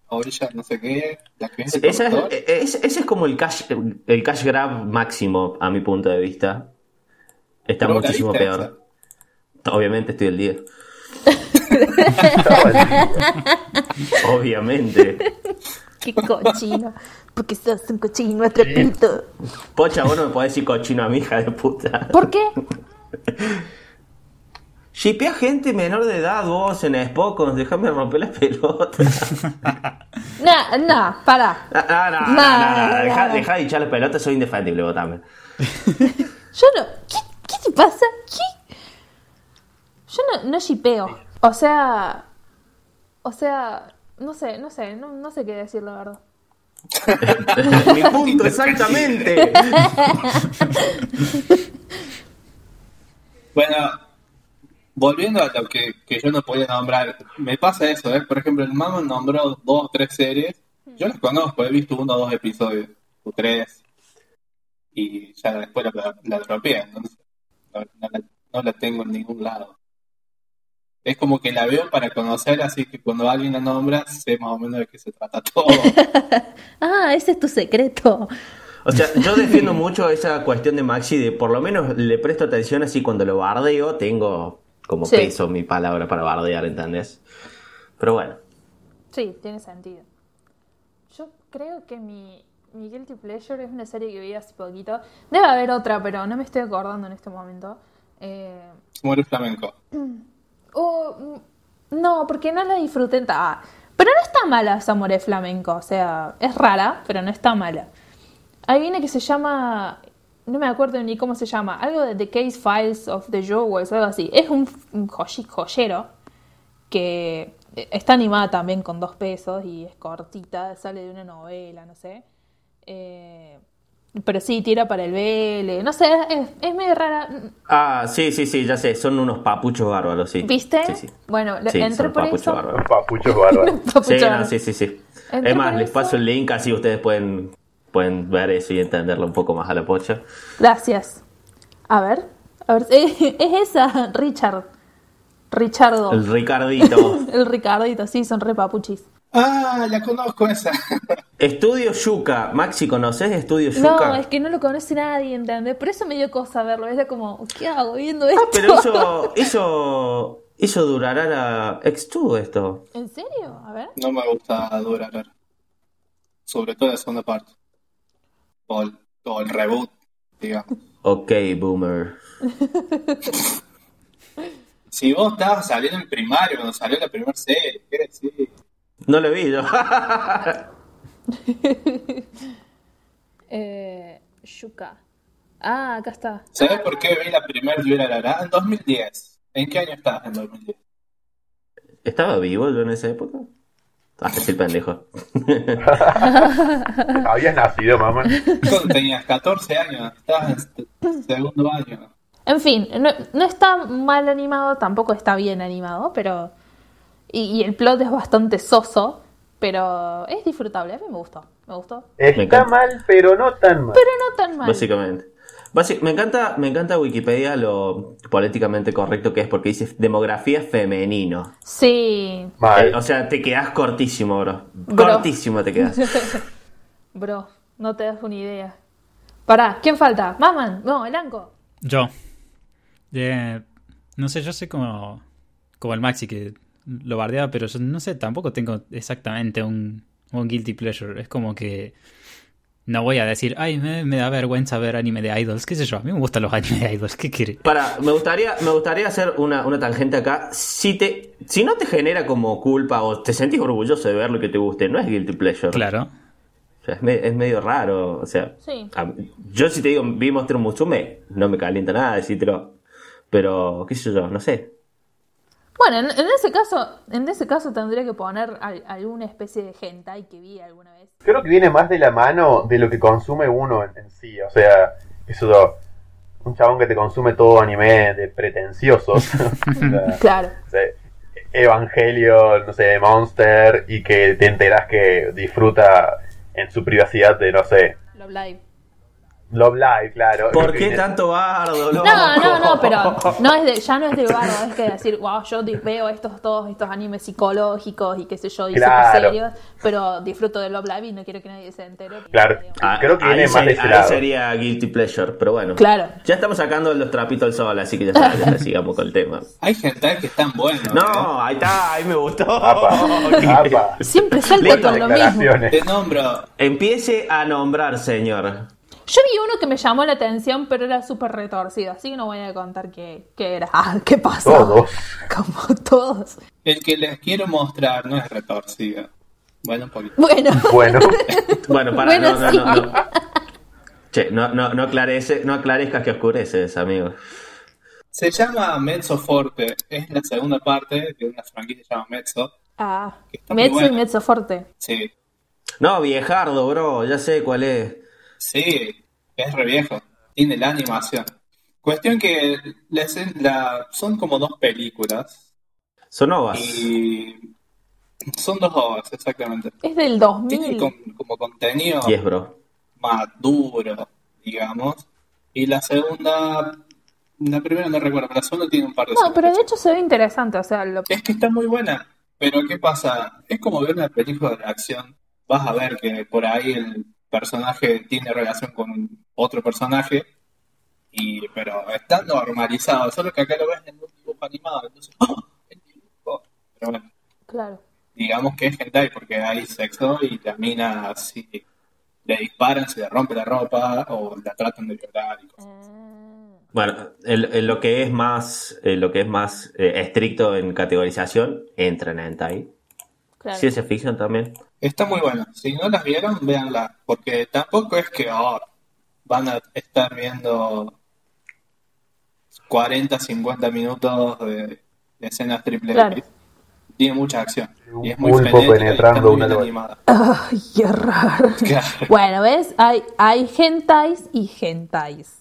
Speaker 4: Orilla, no sé qué, la que es el
Speaker 3: Esa es-
Speaker 4: doctor?
Speaker 3: es- ese es como el cash, el cash grab máximo, a mi punto de vista. Está
Speaker 4: Pero la
Speaker 3: muchísimo
Speaker 4: viste
Speaker 3: peor. Obviamente estoy el 10. <laughs> Obviamente. <laughs>
Speaker 6: Qué cochino. Porque sos un cochino atrapito.
Speaker 3: Pocha, vos no me podés decir cochino a mi hija de puta.
Speaker 6: ¿Por qué?
Speaker 3: Shipea gente menor de edad, vos, en Spokons, déjame romper las pelotas. <laughs>
Speaker 6: No, no, pará.
Speaker 3: No, no, no,
Speaker 6: No,
Speaker 3: no, no,
Speaker 6: no,
Speaker 3: dejá-
Speaker 6: no.
Speaker 3: dejá de hinchar las pelotas, soy indefendible vos también.
Speaker 6: Yo no. ¿Qué, qué te pasa? ¿Qué? Yo no, no shipeo. O sea. O sea. No sé, no sé, no, no sé qué decir la verdad.
Speaker 3: Mi
Speaker 4: <laughs>
Speaker 3: punto, exactamente.
Speaker 4: Bueno, volviendo a lo que, que yo no podía nombrar, me pasa eso, ¿eh? Por ejemplo, el Mamo nombró dos o tres series. Yo las conozco, he visto uno o dos episodios, o tres. Y ya después la, la dropeé, entonces no, no la, no la tengo en ningún lado. Es como que la veo para conocer, así que cuando alguien la nombra, sé más o menos de qué se trata todo. <laughs>
Speaker 2: Ah, ese es tu secreto.
Speaker 3: O sea, yo defiendo mucho esa cuestión de Maxi de por lo menos le presto atención así cuando lo bardeo, tengo como
Speaker 6: Sí.
Speaker 3: peso mi palabra para bardear, ¿entendés? Pero bueno,
Speaker 6: Sí, tiene sentido. Yo creo que mi, mi Guilty Pleasure es una serie que vi hace poquito. Debe haber otra, pero no me estoy acordando en este momento. Eh,
Speaker 4: Muere flamenco.
Speaker 6: oh, mm, no, porque no la disfruté. ta- ah, pero no está mala Samurai Flamenco. O sea, es rara, pero no está mala. Hay una que se llama. No me acuerdo ni cómo se llama. Algo de The Case Files of the Jewels, algo así. Es un, un joyi- joyero que está animada también con dos pesos y es cortita, sale de una novela, no sé. Eh, pero sí, tira para el BL. No sé, es, es medio rara.
Speaker 3: Ah, sí, sí, sí, ya sé, son unos papuchos bárbaros, sí.
Speaker 6: ¿Viste?
Speaker 3: Sí, sí.
Speaker 6: Bueno, le-
Speaker 3: Sí,
Speaker 6: entré
Speaker 3: son
Speaker 6: por
Speaker 3: papuchos
Speaker 6: eso.
Speaker 3: bárbaros.
Speaker 1: Los papuchos bárbaros.
Speaker 3: Sí,
Speaker 6: <laughs> Papuchón.
Speaker 3: no, sí, sí, sí.
Speaker 6: Entré
Speaker 3: es más,
Speaker 6: por
Speaker 3: les
Speaker 6: eso.
Speaker 3: paso el link así ustedes pueden, pueden ver eso y entenderlo un poco más a la pocha.
Speaker 6: Gracias. A ver, a ver, eh, <laughs> es esa, Richard. Richardo.
Speaker 3: El Ricardito.
Speaker 6: <laughs> El Ricardito, sí, son re papuchis.
Speaker 4: Ah, la conozco esa.
Speaker 3: Estudio Yuka. Maxi, ¿conoces Estudio Yuka?
Speaker 6: No, es que no lo conoce nadie, ¿entendés? Por eso me dio cosa verlo. Era como, ¿qué hago viendo esto?
Speaker 3: Ah, pero eso, eso, eso durará a X2 esto.
Speaker 6: ¿En serio? A ver.
Speaker 4: No me gusta Durar. Sobre todo la segunda parte. O el, o el reboot, digamos.
Speaker 3: Ok, boomer.
Speaker 4: Si vos estabas saliendo en primario cuando salió la primera serie, ¿qué decir?
Speaker 3: No lo vi yo.
Speaker 6: Eh, Yuka. Ah, acá está.
Speaker 4: ¿Sabés por qué vi la primera Durarara? En 2010. ¿En qué año estabas en 2010?
Speaker 3: <laughs> ¿Estaba vivo yo en esa época? Ah, es el pendejo.
Speaker 1: Habías nacido, mamá.
Speaker 4: Cuando tenías 14 años, estabas en segundo año.
Speaker 6: En fin, no, no está mal animado, tampoco está bien animado, pero. Y, y el plot es bastante soso, pero es disfrutable. A mí me gustó, me gustó.
Speaker 1: Está
Speaker 3: encanta.
Speaker 1: mal, pero no tan mal.
Speaker 6: Pero no tan mal.
Speaker 3: Básicamente. Basi- me, encanta, me encanta Wikipedia lo políticamente correcto que es porque dice demografía femenino.
Speaker 6: Sí,
Speaker 3: Eh, o
Speaker 1: Mal.
Speaker 3: sea, te quedás cortísimo, bro.
Speaker 6: Bro.
Speaker 3: Cortísimo te quedás.
Speaker 6: <laughs> bro, no te das una idea. Pará, ¿quién falta? Maman, no, el Anco.
Speaker 5: Yo. Eh, no sé, yo sé como, como el Maxi que lo bardeaba, pero yo no sé, tampoco tengo exactamente un, un guilty pleasure. Es como que no voy a decir, ay, me, me da vergüenza ver anime de idols, qué sé yo. A mí me gustan los anime de idols, ¿qué quiere?
Speaker 3: Para, me gustaría, me gustaría hacer una, una tangente acá. Si te, si no te genera como culpa o te sentís orgulloso de ver lo que te guste, no es guilty pleasure.
Speaker 5: Claro.
Speaker 3: O sea, es, me- es medio raro. O sea,
Speaker 6: Sí.
Speaker 3: a- yo si te digo vi Monster Musume, no me calienta nada decírtelo. Pero, qué sé yo, no sé.
Speaker 6: Bueno, en, en ese caso, en ese caso tendría que poner al- alguna especie de hentai que vi alguna vez.
Speaker 1: Creo que viene más de la mano de lo que consume uno en, en sí. O sea, eso da- un chabón que te consume todo anime de pretenciosos. <laughs> O sea,
Speaker 6: Claro.
Speaker 1: no sé, Evangelio, no sé, Monster, y que te enterás que disfruta en su privacidad de, no sé,
Speaker 6: Love Live.
Speaker 1: Love Live, claro.
Speaker 3: ¿Por
Speaker 1: Que
Speaker 3: qué
Speaker 1: viene-
Speaker 3: tanto bardo? No,
Speaker 6: No, no, no, pero no es de, ya no es de bardo, es que decir, wow, yo di- veo estos todos estos animes psicológicos y qué sé yo, y súper
Speaker 1: Claro.
Speaker 6: serios, pero disfruto de Love Live y no quiero que nadie se entere.
Speaker 1: Claro.
Speaker 3: <laughs> Ah,
Speaker 1: Creo que
Speaker 3: ahí
Speaker 1: viene más de ese
Speaker 3: sería- ahí
Speaker 1: lado.
Speaker 3: sería guilty pleasure, pero bueno.
Speaker 6: Claro.
Speaker 3: Ya estamos sacando los trapitos al sol, así que ya, está, ya sigamos con el tema.
Speaker 4: Hay gente que están buenos. ¿eh?
Speaker 3: No, ahí está, ahí me gustó.
Speaker 1: <laughs>
Speaker 3: Oh,
Speaker 1: Apa, apa.
Speaker 6: Siempre salta
Speaker 3: Lindas
Speaker 6: con lo mismo.
Speaker 1: Declaraciones.
Speaker 4: Te nombro
Speaker 3: Empiece a nombrar, señor.
Speaker 6: Yo vi uno que me llamó la atención, pero era súper retorcido, así que no voy a contar qué, qué era. <laughs> Ah, ¿qué pasó?
Speaker 1: Todos.
Speaker 6: <laughs> Como todos.
Speaker 4: El que les quiero mostrar no es retorcido. Bueno, un poquito.
Speaker 6: Bueno, <laughs>
Speaker 1: Bueno,
Speaker 3: Bueno, para,
Speaker 6: Bueno,
Speaker 3: no, no,
Speaker 6: sí.
Speaker 3: no, no. Che, no, no, no, aclarece- no aclarezcas que oscureces, amigo.
Speaker 4: Se llama Mezzo Forte. Es la segunda parte de una franquicia que se llama Mezzo.
Speaker 6: ah,
Speaker 4: Está muy
Speaker 6: Metsu y
Speaker 4: bueno.
Speaker 6: Mezzo Forte.
Speaker 4: Sí.
Speaker 3: No, viejardo, bro, ya sé cuál es.
Speaker 4: Sí, es re viejo. Tiene la animación. Cuestión que la escena- la- son como dos películas.
Speaker 3: Son ovas.
Speaker 4: Y son dos obras, exactamente.
Speaker 6: Es del
Speaker 4: Tienen
Speaker 6: 2000.
Speaker 4: con- como contenido
Speaker 3: Yes, bro.
Speaker 4: más duro, digamos. Y la segunda, la primera no recuerdo, pero la segunda tiene un par de
Speaker 6: No, pero de
Speaker 4: sorpresas.
Speaker 6: hecho se ve interesante, o sea, lo-
Speaker 4: Es que está muy buena. Pero ¿qué pasa? Es como ver una película de acción. Vas a ver que por ahí el personaje tiene relación con otro personaje. Y, pero está normalizado. Solo que acá lo ves en un dibujo animado. Entonces, ¡ah! El dibujo. Pero bueno,
Speaker 6: claro.
Speaker 4: digamos que es hentai porque hay sexo y la mina así le disparan, se le rompe la ropa o la tratan de violar y cosas.
Speaker 6: Ah.
Speaker 3: Bueno, en, en lo que es más, en lo que es más eh, estricto en categorización, entra en hentai.
Speaker 6: Claro.
Speaker 3: Ciencia ficción también.
Speaker 4: Está muy buena. Si no las vieron, véanla. Porque tampoco es que oh, van a estar viendo 40, 50 minutos de, de escenas triple
Speaker 6: Claro.
Speaker 4: A. Tiene mucha acción. Y es
Speaker 1: Un
Speaker 4: muy
Speaker 1: pulpo
Speaker 4: frenética y
Speaker 1: penetrando
Speaker 4: está muy
Speaker 1: una
Speaker 4: bien
Speaker 1: loba.
Speaker 4: animada. <laughs>
Speaker 6: Ay, qué raro. <laughs>
Speaker 4: Claro.
Speaker 6: Bueno, ¿ves? Hay, hay hentais y hentais.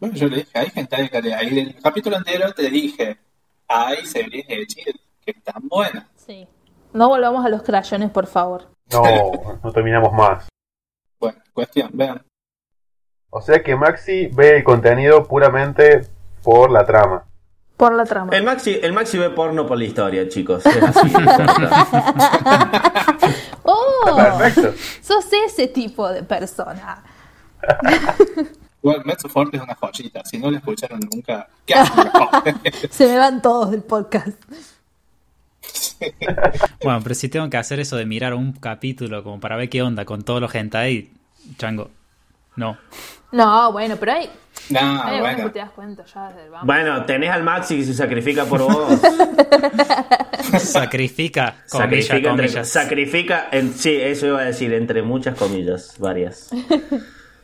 Speaker 4: Bueno, yo le dije, hay gente de calidad. Y en el capítulo entero te dije, hay series de chill que están buenas.
Speaker 6: Sí. No volvamos a los crayones, por favor.
Speaker 1: No, no terminamos más.
Speaker 4: Bueno, cuestión, vean.
Speaker 1: O sea que Maxi ve el contenido puramente por la trama.
Speaker 6: Por la trama.
Speaker 3: El Maxi, el Maxi ve porno por la historia, chicos. <laughs> Es así, de corta.
Speaker 6: ¡Oh!
Speaker 1: Perfecto.
Speaker 6: Sos ese tipo de persona.
Speaker 4: Igual, Metsu Forte es una joyita. Si no la escucharon nunca, ¿qué <laughs> hacen?
Speaker 6: Se me van todos del podcast.
Speaker 5: Bueno, pero si tengo que hacer eso de mirar un capítulo como para ver qué onda con todos los hentai, chango. No.
Speaker 6: No, bueno, pero hay,
Speaker 4: No,
Speaker 6: hay algunas
Speaker 4: Ah, bueno.
Speaker 6: que te das cuenta ya desde el vamos.
Speaker 3: Bueno, tenés al Maxi que se sacrifica por vos.
Speaker 5: Sacrifica, comillas,
Speaker 3: sacrifica, entre-
Speaker 5: comillas.
Speaker 3: sacrifica en- sí, eso iba a decir, entre muchas comillas, varias.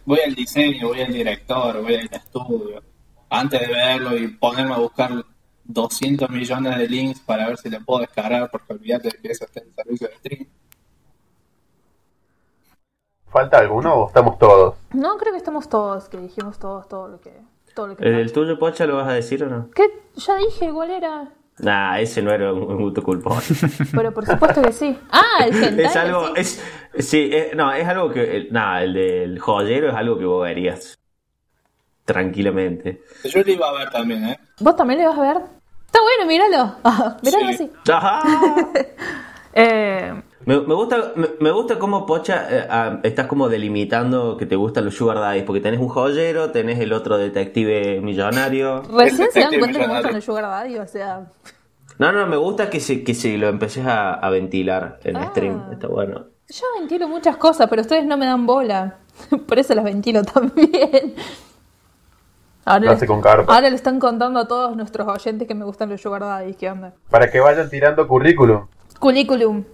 Speaker 4: Voy al diseño, voy al director, voy al estudio. Antes de verlo y ponerme a buscar 200 millones de links para ver si le puedo descargar, porque olvídate de que eso está en el servicio de stream.
Speaker 1: ¿Falta alguno o estamos todos?
Speaker 6: No, creo que estamos todos, que dijimos todos todo lo que. Todo lo que
Speaker 3: ¿El, el tuyo, Pocha, lo vas a decir o no?
Speaker 6: ¿Qué? Ya dije cuál era.
Speaker 3: Nah, ese no era un, un gusto culpable.
Speaker 6: Pero por supuesto que sí. Ah, el hentai.
Speaker 3: es algo,
Speaker 6: sí.
Speaker 3: es, sí, es- no, es algo que, el- nada, el del joyero es algo que vos verías tranquilamente.
Speaker 4: Yo lo iba a ver también, ¿eh?
Speaker 6: ¿Vos también le vas a ver? Está bueno, míralo. <laughs> Ah, míralo
Speaker 4: Sí.
Speaker 6: así.
Speaker 3: Ajá.
Speaker 6: Eh,
Speaker 3: Me, me gusta, me, me gusta cómo Pocha eh, ah, estás como delimitando que te gustan los sugar daddies, porque tenés un joyero, tenés el otro detective millonario.
Speaker 6: recién se
Speaker 4: detective
Speaker 6: dan cuenta que me
Speaker 4: millonario.
Speaker 6: gustan los Sugar Daddy, o sea.
Speaker 3: No, no, me gusta que se, que se lo empeces a, a ventilar en
Speaker 6: Ah.
Speaker 3: stream. Está bueno.
Speaker 6: Yo ventilo muchas cosas, pero ustedes no me dan bola. <laughs> Por eso las ventilo <laughs> también. Ahora,
Speaker 1: Lo hace con
Speaker 3: Ah.
Speaker 1: carpa.
Speaker 6: ahora le están contando a todos nuestros oyentes que me gustan los Sugar Daddy. ¿Qué onda?
Speaker 1: Para que vayan tirando currículum.
Speaker 6: Currículum.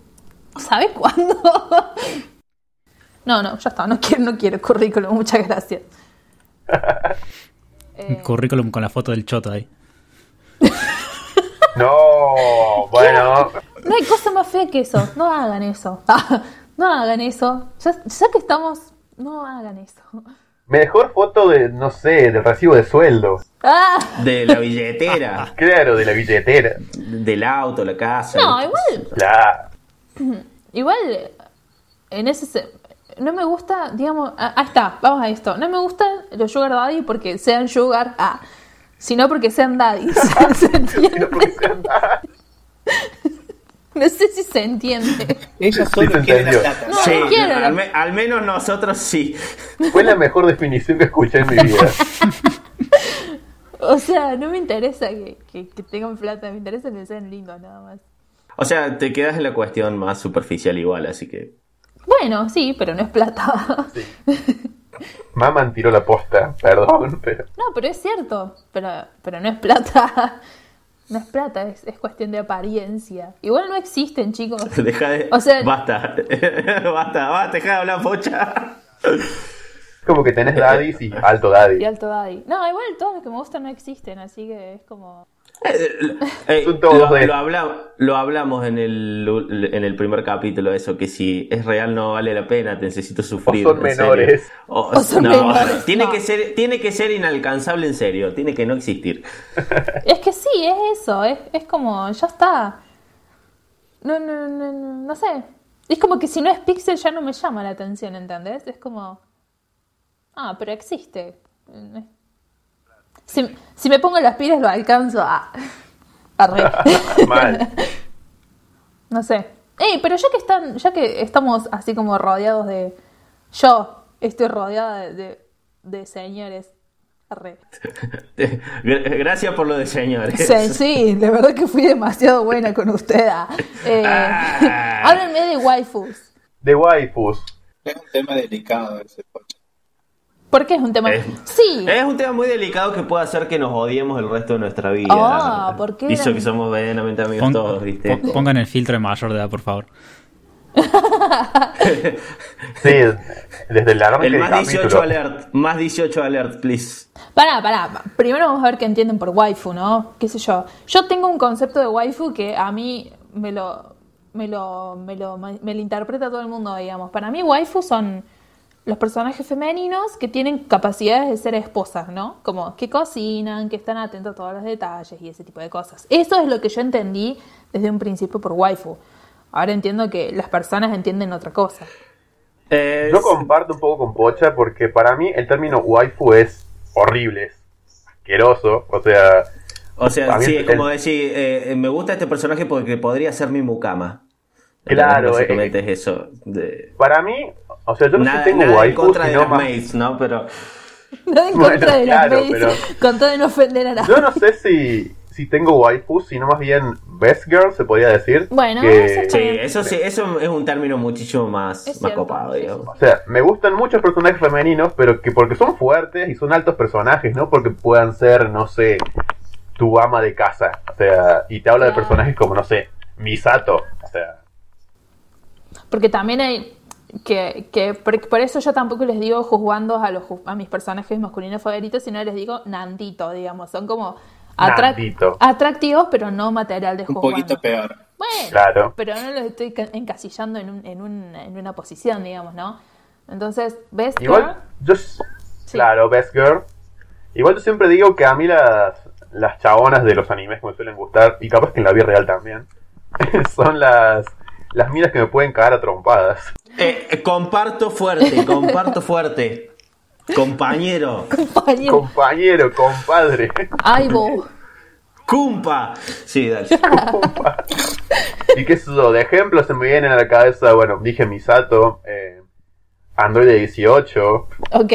Speaker 6: ¿Sabes cuándo? <laughs> no, no, ya está. No quiero, no quiero currículum. Muchas gracias. Eh,
Speaker 5: Currículum con la foto del choto ahí.
Speaker 1: No, bueno.
Speaker 6: No hay cosa más fea que eso. No hagan <laughs> eso. no hagan eso. Ya, ya que estamos, no hagan eso. <laughs>
Speaker 1: Mejor foto de, no sé, del recibo de sueldo.
Speaker 6: Ah,
Speaker 3: De la
Speaker 6: <laughs>
Speaker 3: billetera,
Speaker 1: Claro, de la billetera.
Speaker 3: del auto, la casa.
Speaker 6: no, igual,
Speaker 1: Claro. <laughs>
Speaker 6: igual, en ese... se- No me gusta, digamos, ah, ahí está, vamos a esto. No me gustan los sugar daddy porque sean sugar, ah, sino porque sean daddy. <laughs> ¿Se entiende? No sé si se entiende.
Speaker 4: Ella
Speaker 1: solo
Speaker 4: solo
Speaker 1: se quiere
Speaker 4: quiere
Speaker 1: entendió. la
Speaker 4: plata.
Speaker 6: No, no quiero.
Speaker 3: al, me- al menos nosotros sí.
Speaker 1: Fue la mejor definición que escuché en mi vida.
Speaker 6: <laughs> O sea, no me interesa que, que- que tengan plata, me interesa que sean lindos nada más.
Speaker 3: O sea, te quedas en la cuestión más superficial igual, así que. <laughs>
Speaker 6: Bueno, sí, pero no es plata. <laughs>
Speaker 1: Maman tiró la posta, <laughs> perdón, pero.
Speaker 6: No, pero es cierto. Pero, pero no es plata. <laughs> No es plata, es, es cuestión de apariencia. Igual no existen, chicos.
Speaker 3: Deja de.
Speaker 6: O sea-
Speaker 3: <laughs>
Speaker 6: <laughs>
Speaker 3: basta. basta, basta, deja de hablar, Pocha.
Speaker 1: como que tenés daddies y alto daddy. <laughs>
Speaker 6: Y Alto Daddy. No, igual todos los que me gustan no existen, así que es como.
Speaker 3: Eh,
Speaker 1: Son todos
Speaker 3: lo,
Speaker 1: de-
Speaker 3: lo habla- lo hablamos en el, en el primer capítulo, eso, que si es real no vale la pena, te necesito sufrir.
Speaker 1: O son
Speaker 3: en serio.
Speaker 1: menores.
Speaker 3: O-
Speaker 6: O son
Speaker 3: no,
Speaker 6: menores,
Speaker 3: Tiene,
Speaker 6: no.
Speaker 3: Que ser, tiene que ser inalcanzable en serio, tiene que no existir. <laughs>
Speaker 6: Es que sí, es eso. Es, es como, ya está. No, no, no, no, no sé. Es como que si no es Pixel ya no me llama la atención, ¿entendés? Es como. Ah, pero existe. Si, si me pongo las pilas lo alcanzo a. Arre.
Speaker 1: <laughs> Mal.
Speaker 6: <laughs> No sé. Ey, pero ya que están, ya que estamos así como rodeados de. Yo estoy rodeada de, de, de señores. Arre.
Speaker 3: Gra- Gracias por lo de señores.
Speaker 6: <laughs> Sí, sí, la verdad que fui demasiado buena con usted. ah. Eh, <laughs>
Speaker 3: Ah.
Speaker 6: háblenme de waifus.
Speaker 1: De waifus.
Speaker 4: Es un tema delicado ese pocho.
Speaker 6: ¿Por qué es un tema?
Speaker 3: Eh.
Speaker 6: Sí.
Speaker 3: Es un tema muy delicado que puede hacer que nos odiemos el resto de nuestra vida.
Speaker 6: Ah, ¿por qué?
Speaker 3: Hizo que somos verdaderamente amigos
Speaker 5: Pon-
Speaker 3: todos, ¿viste?
Speaker 5: pon- pongan el filtro de mayor de edad, por favor.
Speaker 1: Sí, desde el arranque
Speaker 3: El
Speaker 1: del
Speaker 3: más 18
Speaker 1: capítulo.
Speaker 3: alert, más 18 alert, please.
Speaker 6: Pará, pará. Primero vamos a ver qué entienden por waifu, ¿no? ¿Qué sé yo? Yo tengo un concepto de waifu que a mí me lo, me lo, me lo, me lo interpreta todo el mundo, digamos. Para mí waifu son los personajes femeninos que tienen capacidades de ser esposas, ¿no? Como que cocinan, que están atentos a todos los detalles y ese tipo de cosas. Eso es lo que yo entendí desde un principio por waifu. Ahora entiendo que las personas entienden otra cosa. <laughs>
Speaker 3: Eh,
Speaker 1: Yo comparto un poco con Pocha porque para mí el término waifu es horrible, es asqueroso. O sea,
Speaker 3: O sea,
Speaker 1: También
Speaker 3: sí, es
Speaker 1: el-
Speaker 3: como decir, eh, eh, me gusta este personaje porque podría ser mi mucama.
Speaker 1: Claro,
Speaker 3: Básicamente es eso. de-
Speaker 1: para mí, o sea, yo no sé
Speaker 3: nada
Speaker 1: si tengo
Speaker 3: nada en
Speaker 1: waifu,
Speaker 3: contra de
Speaker 1: sino
Speaker 3: las
Speaker 1: más.
Speaker 3: maids, ¿no? Pero
Speaker 6: No en
Speaker 1: Bueno,
Speaker 6: contra de las
Speaker 1: claro,
Speaker 6: gays,
Speaker 1: pero-
Speaker 6: con todo de no ofender a nadie.
Speaker 1: Yo no sé si, si tengo waifu, sino más bien best girl, se podría decir.
Speaker 6: Bueno,
Speaker 1: que-
Speaker 6: eso está
Speaker 3: sí,
Speaker 6: bien.
Speaker 3: eso sí, eso es un término muchísimo más,
Speaker 6: Es
Speaker 3: más
Speaker 6: cierto,
Speaker 3: copado,
Speaker 6: sí,
Speaker 3: digamos.
Speaker 1: O sea, me gustan muchos personajes femeninos, pero que porque son fuertes y son altos personajes, no porque puedan ser, no sé, tu ama de casa. O sea, y te habla de
Speaker 6: Claro.
Speaker 1: personajes como, no sé, Misato. O sea,
Speaker 6: Porque también hay que, que por, por eso yo tampoco les digo juzgando a los ju- a mis personajes masculinos favoritos, sino les digo nandito, digamos, son como atrac-
Speaker 1: Nandito.
Speaker 6: atractivos, pero no material de
Speaker 4: Un
Speaker 6: juzgando.
Speaker 4: poquito peor.
Speaker 6: Bueno,
Speaker 1: Claro.
Speaker 6: pero no los estoy ca- encasillando en, un- en, un- en una posición, digamos, ¿no? Entonces, ¿ves? Ah,
Speaker 1: igual,
Speaker 6: <laughs> Girl?
Speaker 1: yo. s- Claro, best girl. Igual yo siempre digo que a mí las, las chabonas de los animes que me suelen gustar, y capaz que en la vida real también, <laughs> son las, las minas que me pueden cagar a trompadas.
Speaker 3: Eh, eh, comparto fuerte, comparto fuerte. Compañero,
Speaker 6: Compañero.
Speaker 1: Compañero, compadre.
Speaker 6: Ay, vos.
Speaker 3: cumpa. Sí,
Speaker 1: <laughs>
Speaker 3: dale.
Speaker 1: Y qué sé yo, de ejemplo se me vienen a la cabeza, bueno, dije Misato, eh, Android 18,
Speaker 6: Ok.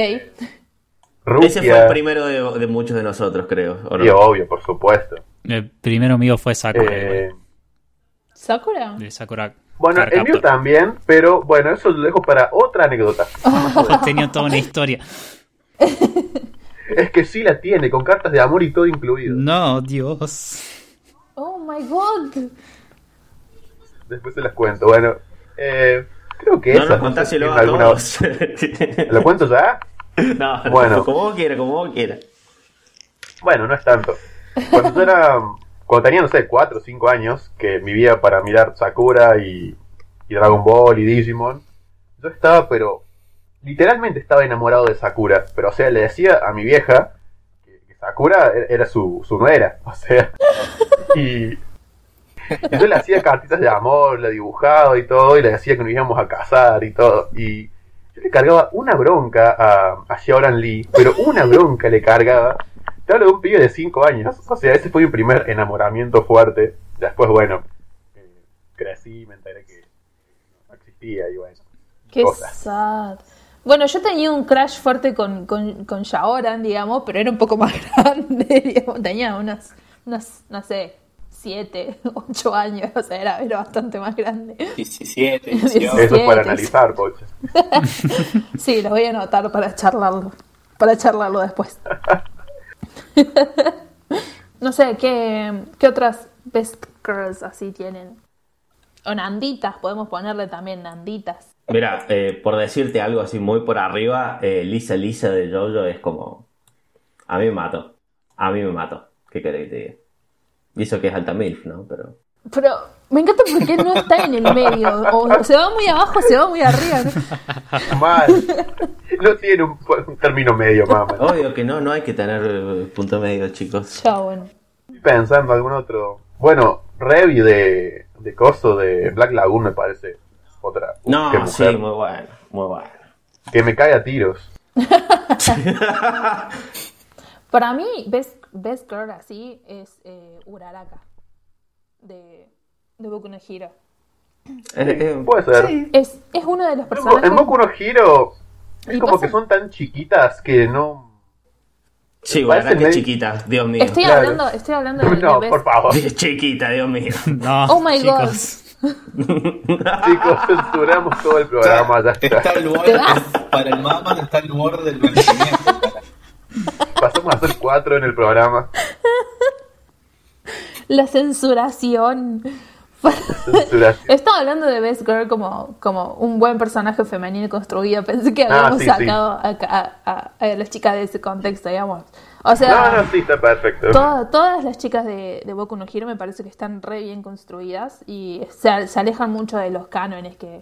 Speaker 3: Ese fue el
Speaker 1: Rukia,
Speaker 3: primero de, de muchos de nosotros, creo. ¿o no?
Speaker 1: y obvio, por supuesto.
Speaker 5: El primero mío fue
Speaker 3: Ah,
Speaker 5: Sakura.
Speaker 1: Eh,
Speaker 6: ¿Sakura?
Speaker 5: igual, de Sakura
Speaker 1: bueno,
Speaker 5: Card
Speaker 1: el mío
Speaker 5: Captor.
Speaker 1: también, pero bueno, eso lo dejo para otra anécdota.
Speaker 5: <laughs> Tenía toda una historia.
Speaker 1: Es que sí la tiene, con cartas de amor y todo incluido.
Speaker 5: No, Dios.
Speaker 6: Oh my god.
Speaker 1: Después se las cuento. Bueno, eh, creo que
Speaker 3: No
Speaker 1: esa,
Speaker 3: nos
Speaker 1: no sé si
Speaker 3: contáselo
Speaker 1: tiene
Speaker 3: a
Speaker 1: alguna-
Speaker 3: todos.
Speaker 1: ¿Lo cuento ya?
Speaker 3: <laughs> No,
Speaker 1: <laughs> Bueno.
Speaker 3: como vos quieras, como vos quieras.
Speaker 1: Bueno, no es tanto. Cuando yo era. Cuando tenía, no sé, 4 o 5 años, que vivía para mirar Sakura y, y Dragon Ball y Digimon, yo estaba, pero. Literalmente estaba enamorado de Sakura. Pero, o sea, le decía a mi vieja que, que Sakura e- era su, su nuera. <laughs> O sea. Y. y Yo le hacía cartitas de amor, la dibujaba y todo, y le decía que nos íbamos a casar y todo. Y yo le cargaba una bronca a, a Shaoran Lee, pero una bronca le cargaba. Te hablo de un pibe de 5 años. O sea, ese fue mi primer enamoramiento fuerte. Después, bueno, eh, crecí, me enteré que no existía y bueno.
Speaker 6: Qué
Speaker 1: cosas.
Speaker 6: sad. Bueno, yo tenía un crash fuerte con, con, con Shaoran, digamos, pero era un poco más <laughs> grande, digamos. Tenía unos, unos, no sé, siete, <laughs> ocho años, o sea, era, era bastante más grande.
Speaker 4: 17,
Speaker 6: <laughs>
Speaker 4: 18.
Speaker 1: Eso es para
Speaker 6: Sientes.
Speaker 1: analizar, pocha.
Speaker 6: Sí, los voy a anotar para charlarlo, para charlarlo después. <laughs> No sé, ¿qué, qué otras best girls así tienen? O nanditas, podemos ponerle también nanditas.
Speaker 3: Mira, eh, por decirte algo así muy por arriba, eh, Lisa Lisa de Jojo es como. A mí me mato. A mí me mato. ¿Qué querés que te diga? Y eso que es alta MILF, ¿no? Pero.
Speaker 6: Pero me encanta porque no está en el medio. O se va muy abajo o se va muy arriba. ¿no?
Speaker 1: Mal. No tiene un, un término medio, mamá.
Speaker 3: Obvio que no, no hay que tener eh, punto medio, chicos.
Speaker 6: Ya, bueno.
Speaker 1: Estoy pensando algún otro. Bueno, Revi de, de Coso de Black Lagoon me parece otra.
Speaker 3: No,
Speaker 1: qué
Speaker 3: sí,
Speaker 1: mujer.
Speaker 3: muy bueno, muy bueno.
Speaker 1: Que me cae a tiros.
Speaker 6: Para mí, Best, best Girl así es eh, Uraraka de, de Boku no Hero.
Speaker 3: Eh, eh,
Speaker 1: Puede ser.
Speaker 6: Es, es uno de los
Speaker 1: Pero en Bo-
Speaker 6: personajes.
Speaker 1: en Boku no Hiro es
Speaker 6: Y
Speaker 1: como
Speaker 6: pasa-
Speaker 1: que son tan chiquitas que no. parece
Speaker 3: sí, guarda que
Speaker 1: medio-
Speaker 3: chiquita, Dios mío.
Speaker 6: Estoy
Speaker 1: Claro.
Speaker 6: hablando, estoy hablando de,
Speaker 1: <laughs>
Speaker 6: de
Speaker 1: No,
Speaker 6: Best-
Speaker 1: por
Speaker 3: <laughs>
Speaker 1: favor,
Speaker 3: Chiquita, Dios mío.
Speaker 5: No,
Speaker 6: Oh my God.
Speaker 5: chicos.
Speaker 1: chicos, censuramos todo el programa. Ya está.
Speaker 3: <laughs>
Speaker 4: Está
Speaker 6: <laughs>
Speaker 4: el
Speaker 6: ¿Te
Speaker 4: borde,
Speaker 6: vas?
Speaker 4: para el Maman está el borde del vencimiento.
Speaker 1: Pasamos a hacer cuatro en el programa.
Speaker 6: La censuración.
Speaker 1: Censuración.
Speaker 6: Estaba hablando de Best Girl como, como un buen personaje femenino construido. Pensé que
Speaker 1: Ah,
Speaker 6: habíamos
Speaker 1: sí, sí.
Speaker 6: sacado a, a- a- a las chicas de ese contexto, digamos. O sea,
Speaker 1: No, no, sí, está perfecto.
Speaker 6: toda- todas las chicas de, de Boku no Hero me parece que están re bien construidas y se, se alejan mucho de los cánones que,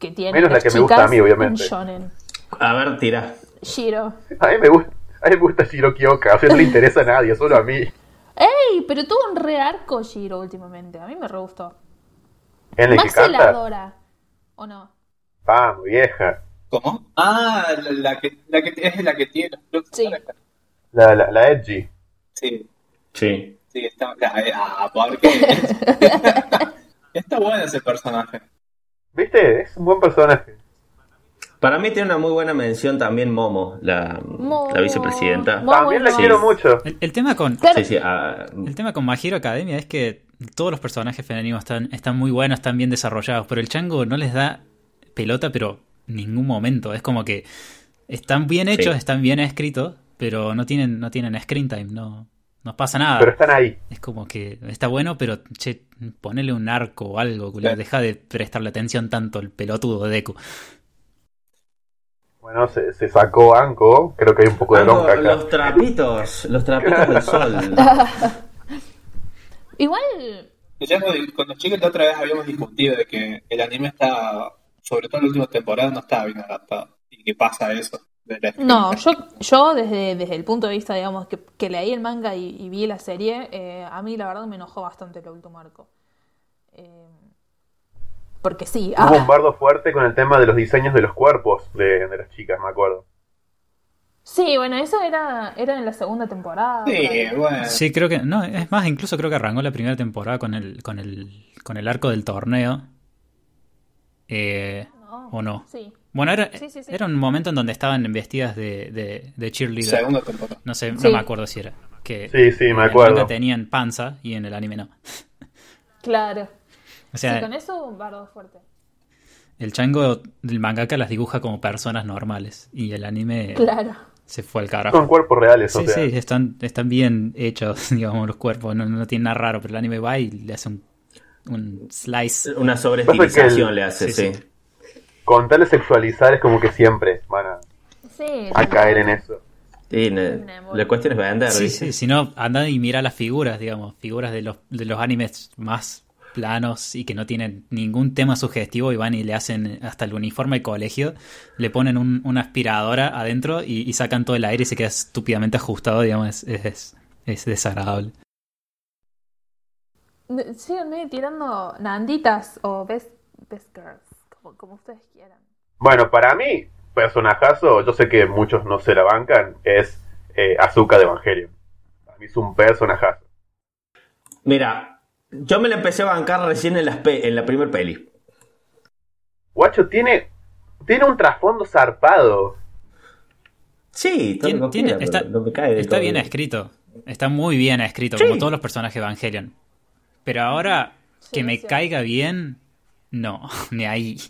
Speaker 6: que tienen.
Speaker 1: Menos la
Speaker 6: las
Speaker 1: que me gusta
Speaker 6: chicas
Speaker 1: a mí, obviamente.
Speaker 6: en shonen.
Speaker 3: A ver, tira.
Speaker 6: Shiro.
Speaker 1: A mí me gusta. A mí me gusta Shiro Kioka, o sea, no le interesa a nadie, solo a mí.
Speaker 6: ¡Ey! Pero tuvo un re arco Shiro últimamente. A mí me re gustó.
Speaker 1: En el que
Speaker 6: Más se la
Speaker 1: canta.
Speaker 6: adora. ¿O no?
Speaker 1: Vamos, vieja.
Speaker 4: ¿Cómo?
Speaker 6: <laughs>
Speaker 4: Ah, la, la que, la que es la que tiene los flujos.
Speaker 6: Sí.
Speaker 1: La, la, la Edgy.
Speaker 4: sí,
Speaker 3: Sí.
Speaker 4: sí, está. la- ah, ¿por qué? <laughs> está bueno ese personaje.
Speaker 1: ¿Viste? Es un buen personaje.
Speaker 3: Para mí tiene una muy buena mención también Momo, la,
Speaker 6: Momo.
Speaker 3: la vicepresidenta.
Speaker 6: Momo.
Speaker 1: También la
Speaker 6: no.
Speaker 1: quiero mucho.
Speaker 5: El, el tema con,
Speaker 6: Claro,
Speaker 3: Sí, sí, ah,
Speaker 5: el tema con My Hero Academia es que todos los personajes femeninos están, están muy buenos, están bien desarrollados, pero el chango no les da pelota, pero ningún momento. Es como que están bien hechos,
Speaker 3: Sí.
Speaker 5: están bien escritos, pero no tienen, no tienen screen time, no, no pasa nada.
Speaker 1: Pero están ahí.
Speaker 5: Es como que está bueno, pero che, ponele un arco o algo, culo,
Speaker 4: Claro.
Speaker 5: deja de prestarle atención tanto al pelotudo de Deku.
Speaker 1: Bueno, se, se sacó Anko. Creo que hay un poco de
Speaker 3: algo-
Speaker 1: bronca acá.
Speaker 3: los trapitos, los trapitos del
Speaker 6: <laughs>
Speaker 3: sol.
Speaker 6: igual
Speaker 4: Que Ya lo di- con los chicos la otra vez habíamos discutido de que el anime está, sobre todo en la última temporada, no estaba bien adaptado. Y que pasa eso. de la-
Speaker 6: No, yo, yo desde, desde el punto de vista, digamos, que, que leí el manga y, y vi la serie, eh, a mí la verdad me enojó bastante el último arco. Eh, porque sí,
Speaker 1: Hubo
Speaker 6: ah,
Speaker 1: un bardo fuerte con el tema de los diseños de los cuerpos de, de las chicas, me acuerdo.
Speaker 6: sí, bueno, eso era, era en la segunda temporada.
Speaker 4: Sí,
Speaker 6: claro.
Speaker 4: bueno.
Speaker 5: Sí, creo que. No, es más, incluso creo que arrancó la primera temporada con el, con el, con el arco del torneo. Eh,
Speaker 6: No.
Speaker 5: ¿O no?
Speaker 6: Sí.
Speaker 5: Bueno, era,
Speaker 6: Sí, sí, sí.
Speaker 5: era un momento en donde estaban vestidas de, de, de cheerleader.
Speaker 4: Segunda temporada.
Speaker 5: No sé,
Speaker 6: Sí.
Speaker 5: no me acuerdo si era. Que
Speaker 1: Sí, sí, me
Speaker 5: en el
Speaker 1: acuerdo.
Speaker 5: manga tenían panza y en el anime no.
Speaker 6: Claro.
Speaker 5: O
Speaker 6: Sí,
Speaker 5: sea,
Speaker 6: con eso un bardo fuerte.
Speaker 5: el chango del mangaka las dibuja como personas normales y el anime
Speaker 6: Claro.
Speaker 5: se fue al carajo.
Speaker 1: Son cuerpos reales, o
Speaker 5: Sí,
Speaker 1: sea.
Speaker 5: sí, están, están bien hechos, <laughs> digamos, los cuerpos. No, no tiene nada raro, pero el anime va y le hace un, un slice.
Speaker 3: Una
Speaker 1: Pasa que
Speaker 3: sobreestilización
Speaker 1: el-
Speaker 3: le hace,
Speaker 5: sí,
Speaker 3: sí.
Speaker 5: sí.
Speaker 1: Con tal de sexualizar es como que siempre van a,
Speaker 6: Sí.
Speaker 1: a caer en eso.
Speaker 3: Y ne-
Speaker 6: Una bola.
Speaker 3: la cuestión es vender,
Speaker 5: Sí,
Speaker 3: ¿viste?
Speaker 5: sí, si no, anda y mira las figuras, digamos, figuras de los, de los animes más planos y que no tienen ningún tema sugestivo y van y le hacen hasta el uniforme de colegio, le ponen un- una aspiradora adentro y, y sacan todo el aire y se queda estúpidamente ajustado, digamos, es, es- es- es desagradable.
Speaker 6: Síganme tirando nanditas o best, best girls, como, como ustedes quieran.
Speaker 1: Bueno, para mí, personajazo, yo sé que muchos no se la bancan, es eh, Azuka de Evangelio. Para mí es un personajazo.
Speaker 3: Mira, yo me la empecé a bancar recién en, las pe- en la primer peli.
Speaker 1: Guacho tiene, tiene un trasfondo zarpado.
Speaker 3: Sí, todo
Speaker 5: Tien-
Speaker 3: Eh, lo que
Speaker 5: tiene-
Speaker 3: quiera,
Speaker 5: está
Speaker 3: pero no me cae de
Speaker 5: está
Speaker 3: todo.
Speaker 5: bien escrito. Está muy bien escrito, como todos los personajes de Evangelion. Pero ahora, que
Speaker 6: Sí,
Speaker 5: me
Speaker 6: sí.
Speaker 5: caiga bien, no, <laughs> ni ahí.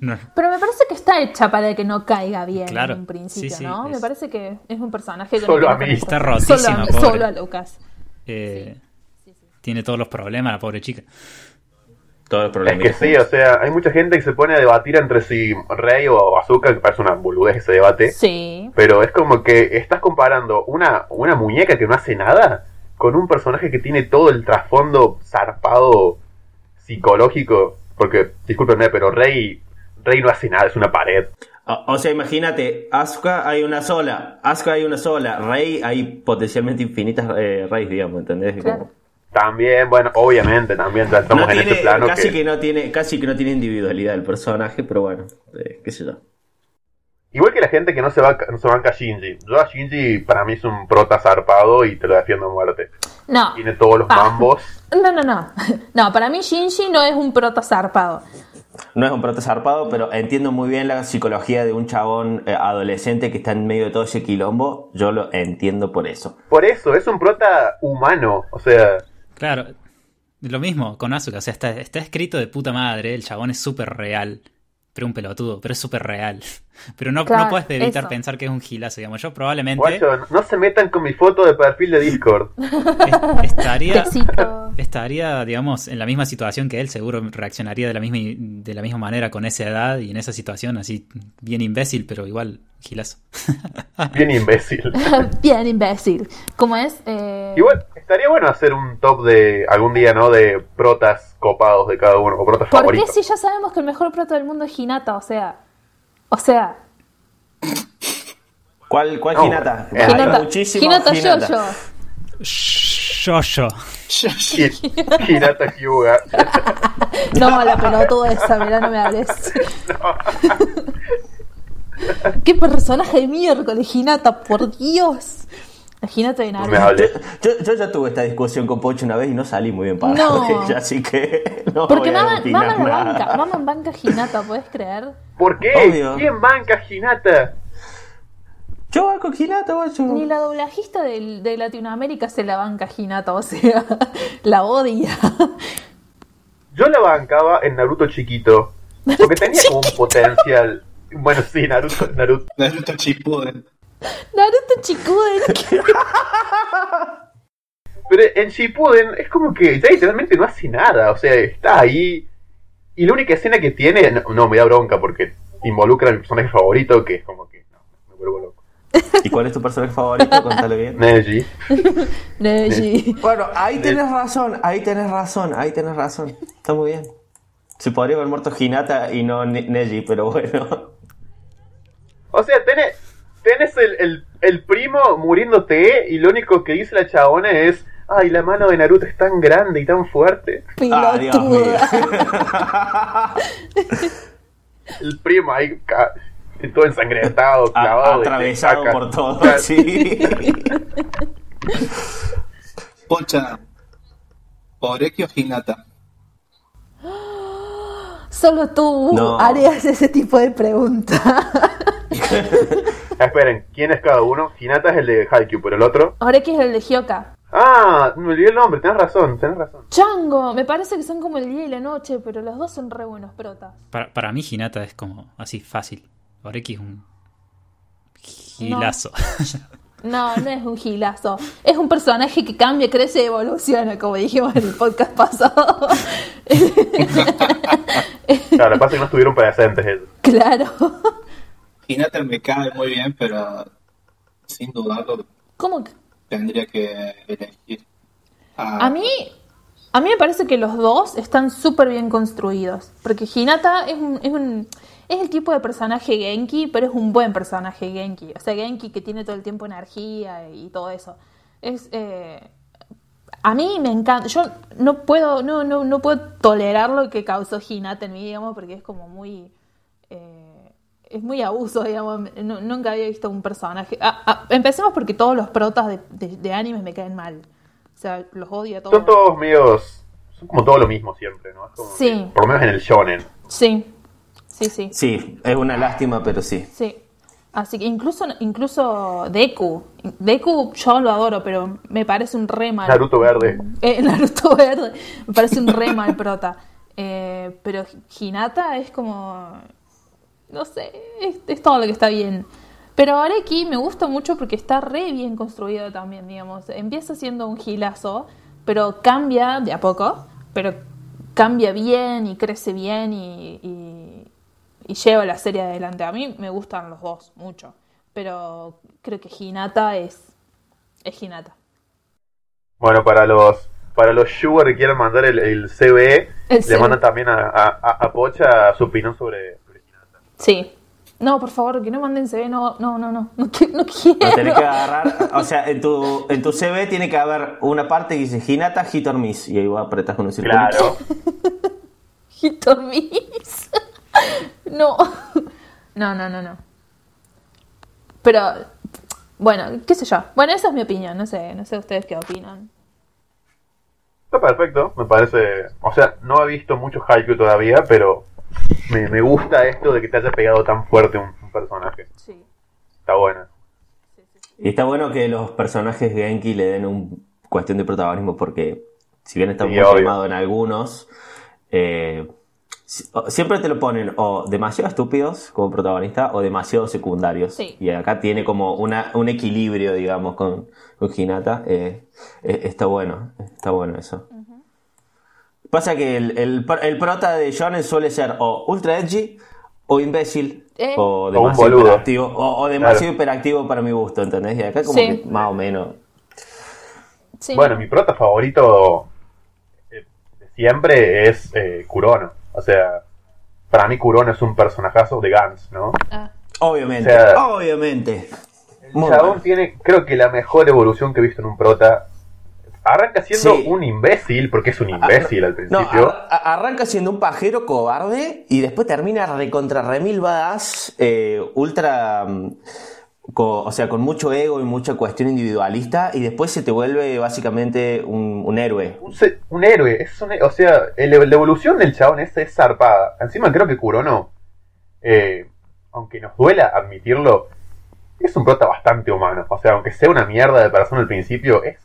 Speaker 5: No.
Speaker 6: Pero me parece que está hecha para que no caiga bien
Speaker 5: Claro.
Speaker 6: en un principio,
Speaker 5: Sí, sí,
Speaker 6: ¿no? Me
Speaker 5: es-
Speaker 6: parece que es un personaje que
Speaker 1: Solo
Speaker 6: no
Speaker 1: a mí.
Speaker 5: Está
Speaker 6: Solo
Speaker 5: rotísima,
Speaker 6: a, mí,
Speaker 5: pobre.
Speaker 6: solo a Lucas.
Speaker 5: Eh, Tiene todos los problemas la pobre chica.
Speaker 3: Todos los
Speaker 1: Es
Speaker 3: problemas.
Speaker 1: que sí, o sea, hay mucha gente que se pone a debatir entre si Rey o Azúcar, que parece una boludez ese debate,
Speaker 6: Sí.
Speaker 1: pero es como que estás comparando una, una muñeca que no hace nada con un personaje que tiene todo el trasfondo zarpado psicológico, porque, discúlpenme, pero Rey, Rey no hace nada, es una pared.
Speaker 3: Ah, O, o sea, imagínate, Asuka hay una sola, Asuka hay una sola, Rey hay potencialmente infinitas eh, Reis, digamos, ¿entendés? Como-
Speaker 6: Claro.
Speaker 1: También, bueno, obviamente, también ya estamos
Speaker 3: no
Speaker 1: en
Speaker 3: tiene,
Speaker 1: ese plano
Speaker 3: casi
Speaker 1: que...
Speaker 3: que no tiene, casi que no tiene individualidad el personaje, pero bueno, eh, qué sé yo.
Speaker 1: Igual que la gente que no se, va, no se banca a Shinji. Yo a Shinji para mí es un prota zarpado y te lo defiendo a muerte.
Speaker 6: No.
Speaker 1: Tiene todos los
Speaker 6: Ah.
Speaker 1: mambos.
Speaker 6: No, no, no. <laughs> No, para mí Shinji no es un proto zarpado.
Speaker 3: No es un prota zarpado, pero entiendo muy bien la psicología de un chabón eh, adolescente que está en medio de todo ese quilombo. Yo lo entiendo por eso.
Speaker 1: Por eso, es un prota humano. O sea,
Speaker 5: Claro, lo mismo con Asuka. O sea, está, está escrito de puta madre. El chabón es súper real. Pero un pelotudo, pero es súper real. <laughs> Pero no,
Speaker 6: Claro,
Speaker 5: no puedes evitar
Speaker 6: eso.
Speaker 5: pensar que es un gilazo. Digamos, yo probablemente
Speaker 1: guacho, no se metan con mi foto de perfil de
Speaker 3: <laughs>
Speaker 1: Discord.
Speaker 5: est- <laughs> estaría,
Speaker 6: Tecito.
Speaker 5: estaría, digamos, en la misma situación que él. Seguro reaccionaría de la misma, de la misma manera con esa edad y en esa situación. Así, bien imbécil, pero igual gilazo.
Speaker 3: Ah.
Speaker 1: Bien
Speaker 6: <laughs>
Speaker 1: imbécil. <laughs>
Speaker 6: Bien imbécil. ¿Cómo es? Eh,
Speaker 1: Igual, estaría bueno hacer un top de algún día, ¿no? De protas copados de cada uno o protas
Speaker 6: ¿Por qué
Speaker 1: favoritos. <laughs>
Speaker 6: si ya sabemos que el mejor proto del mundo es Hinata? O sea. O sea.
Speaker 3: ¿Cuál, cuál
Speaker 1: No,
Speaker 3: Hinata?
Speaker 1: eh,
Speaker 3: Hay
Speaker 6: Hinata.
Speaker 3: muchísimo
Speaker 6: Hinata
Speaker 3: Hinata.
Speaker 6: Yo-Yo.
Speaker 5: Yo, yo.
Speaker 1: Hi- Hinata Hyuga. <laughs>
Speaker 6: No, la pelotuda esa, mirá, no me hables. Qué personaje de miércoles, Hinata, por Dios. La Hinata de
Speaker 1: No me
Speaker 6: Naruto.
Speaker 3: <laughs>
Speaker 1: hables.
Speaker 3: Yo, yo ya tuve esta discusión con Pocho una vez y no salí muy bien parado
Speaker 6: No.
Speaker 3: <laughs> de ella, así que no
Speaker 6: Porque
Speaker 3: voy a
Speaker 6: maman,
Speaker 3: opinar
Speaker 6: maman la
Speaker 3: nada.
Speaker 6: banca, maman banca Hinata, ¿puedes creer?
Speaker 1: ¿Por qué?
Speaker 3: Obvio.
Speaker 1: ¿Quién banca a Hinata?
Speaker 3: Yo voy con Hinata, guacho.
Speaker 6: Ni la doblajista del- de, Latinoamérica se la banca Hinata, o sea, <laughs> la odia.
Speaker 1: Yo la bancaba en Naruto chiquito. Porque tenía como un potencial. Bueno, sí, Naruto, Naruto.
Speaker 4: Naruto Shippuden.
Speaker 6: Naruto Chikuden,
Speaker 1: <laughs>
Speaker 6: ¿qué?
Speaker 1: Pero en Shippuden es como que ya literalmente no hace nada. O sea, está ahí. Y la única escena que tiene. No, no, me da bronca porque involucra a mi personaje favorito, que es como que. No, me vuelvo loco.
Speaker 3: ¿Y cuál es tu personaje favorito? Contale bien.
Speaker 1: Neji.
Speaker 6: Neji.
Speaker 3: Bueno, ahí tenés razón, ahí tenés razón, ahí tenés razón. Está muy bien. Se podría haber muerto Hinata y no Ne- Neji, pero bueno.
Speaker 1: O sea, tenés, tenés el, el, el primo muriéndote y lo único que dice la chabona es. Ay, la mano de Naruto es tan grande y tan fuerte.
Speaker 3: Ah, Dios mío.
Speaker 6: Pelotuda.
Speaker 1: El primo ahí. ca- Todo ensangrentado,
Speaker 3: A-
Speaker 1: clavado. este, de- de
Speaker 3: atravesado
Speaker 1: caca.
Speaker 3: por todo,
Speaker 1: Claro.
Speaker 3: sí.
Speaker 4: Pocha. Pobrekio Hinata.
Speaker 6: Solo tú uh,
Speaker 3: No.
Speaker 6: harías ese tipo de <laughs> pregunta.
Speaker 1: Ah, Esperen, ¿quién es cada uno? Hinata es el de Haikyuu, pero el otro.
Speaker 6: Ahora que es el de Hyoka.
Speaker 1: Ah, me olvidé el nombre, tenés razón, tenés razón.
Speaker 6: Chango, me parece que son como el día y la noche, pero los dos son re buenos protas.
Speaker 5: Para, para mí, Hinata es como así fácil. Oreki es un gilazo.
Speaker 6: No, no es un gilazo. Es un personaje que cambia, crece y evoluciona, como dijimos en el podcast pasado. <laughs>
Speaker 1: Claro, lo que pasa es que no estuvieron presentes ellos.
Speaker 6: claro.
Speaker 4: Hinata me cae muy bien, pero sin dudarlo
Speaker 6: ¿Cómo que?
Speaker 4: tendría que elegir. Ah, a-
Speaker 6: A mí, a mí me parece que los dos están súper bien construidos. Porque Hinata es un, es un- es el tipo de personaje Genki, pero es un buen personaje Genki. O sea, Genki que tiene todo el tiempo energía y todo eso. Es, eh, a mí me encanta. Yo no puedo, no, no, no puedo tolerar lo que causó Hinata en mí, digamos, porque es como muy. eh, es muy abuso, digamos. No- nunca había visto un personaje. Ah, ah, empecemos porque todos los protas de, de- de animes me caen mal. O sea, los odio a todos.
Speaker 1: Son todos medios. Son como todo lo mismo siempre, ¿no? Es como
Speaker 6: Sí.
Speaker 1: que- por lo menos en el shonen.
Speaker 6: Sí, sí, sí,
Speaker 3: Sí, es una lástima, pero sí.
Speaker 6: sí. Así que incluso, incluso Deku. Deku yo lo adoro, pero me parece un re mal.
Speaker 1: Naruto verde.
Speaker 6: <laughs> Eh, Naruto verde. Me parece un re mal prota. <laughs> Eh, pero Hinata es como. No sé, es, es todo lo que está bien. Pero Areki me gusta mucho porque está re bien construido también, digamos. Empieza siendo un gilazo, pero cambia de a poco, pero cambia bien y crece bien y, y- y lleva la serie adelante. A mí me gustan los dos mucho, pero creo que Hinata es, es Hinata.
Speaker 1: Bueno, para los para los sugar que quieran mandar el, el CBE,
Speaker 6: El
Speaker 1: le
Speaker 6: CBE.
Speaker 1: mandan también a, a- a- a Pocha su opinión sobre... sobre Hinata.
Speaker 6: Sí. No, por favor, que no manden CV, no, no, no, no, no, qui- no quiero.
Speaker 3: Lo tenés que
Speaker 6: <laughs>
Speaker 3: agarrar. O sea, en tu, en tu CV tiene que haber una parte que dice Hinata Hit or Miss. Y ahí vos apretás con un circulito.
Speaker 1: Claro.
Speaker 6: Hitor Miss. <laughs> No. No, no, no, no. Pero, bueno, qué sé yo. Bueno, esa es mi opinión. No sé, no sé ustedes qué opinan.
Speaker 1: Está perfecto, me parece... O sea, no he visto mucho Haikyuu todavía, pero me, me gusta esto de que te haya pegado tan fuerte un, un personaje.
Speaker 6: Sí.
Speaker 1: Está bueno.
Speaker 3: Y está bueno que los personajes Genki le den un cuestión de protagonismo porque si bien está
Speaker 1: Sí,
Speaker 3: muy
Speaker 1: obvio.
Speaker 3: quemado en algunos, eh, si- o- siempre te lo ponen o demasiado estúpidos como protagonista o demasiado secundarios.
Speaker 6: Sí.
Speaker 3: Y acá tiene como una, un equilibrio, digamos, con, con Hinata. eh, eh, está bueno, está bueno eso. Pasa que el, el, pro- el prota de Shonen suele ser o ultra edgy o imbécil
Speaker 6: Eh.
Speaker 3: o
Speaker 1: un
Speaker 3: demasiado
Speaker 1: boludo.
Speaker 3: hiperactivo hiperactivo, o, o demasiado hiperactivo para mi gusto, ¿entendés? Y acá como
Speaker 6: Sí.
Speaker 3: que más o menos.
Speaker 6: Sí.
Speaker 1: Bueno, mi prota favorito eh, de siempre es eh, Kurono. O sea, para mí Kurono es un personajazo de Gans, ¿no?
Speaker 6: Ah,
Speaker 3: Obviamente,
Speaker 1: O sea,
Speaker 3: obviamente.
Speaker 1: El
Speaker 3: Muy
Speaker 1: chabón
Speaker 3: bueno.
Speaker 1: tiene, creo que la mejor evolución que he visto en un prota. Arranca siendo
Speaker 3: Sí. Ah,
Speaker 1: un imbécil, porque es un imbécil al
Speaker 3: No,
Speaker 1: principio.
Speaker 3: ar- a- arranca siendo un pajero cobarde y después termina recontra remil badass, eh, ultra. mm, co- o sea, con mucho ego y mucha cuestión individualista y después se te vuelve básicamente un, un héroe.
Speaker 1: un, se- un héroe. Es un he- o sea, el- la evolución del chabón ese es zarpada. Encima creo que Kurono, eh, aunque nos duela admitirlo, es un prota bastante humano. O sea, aunque sea una mierda de persona al principio, es,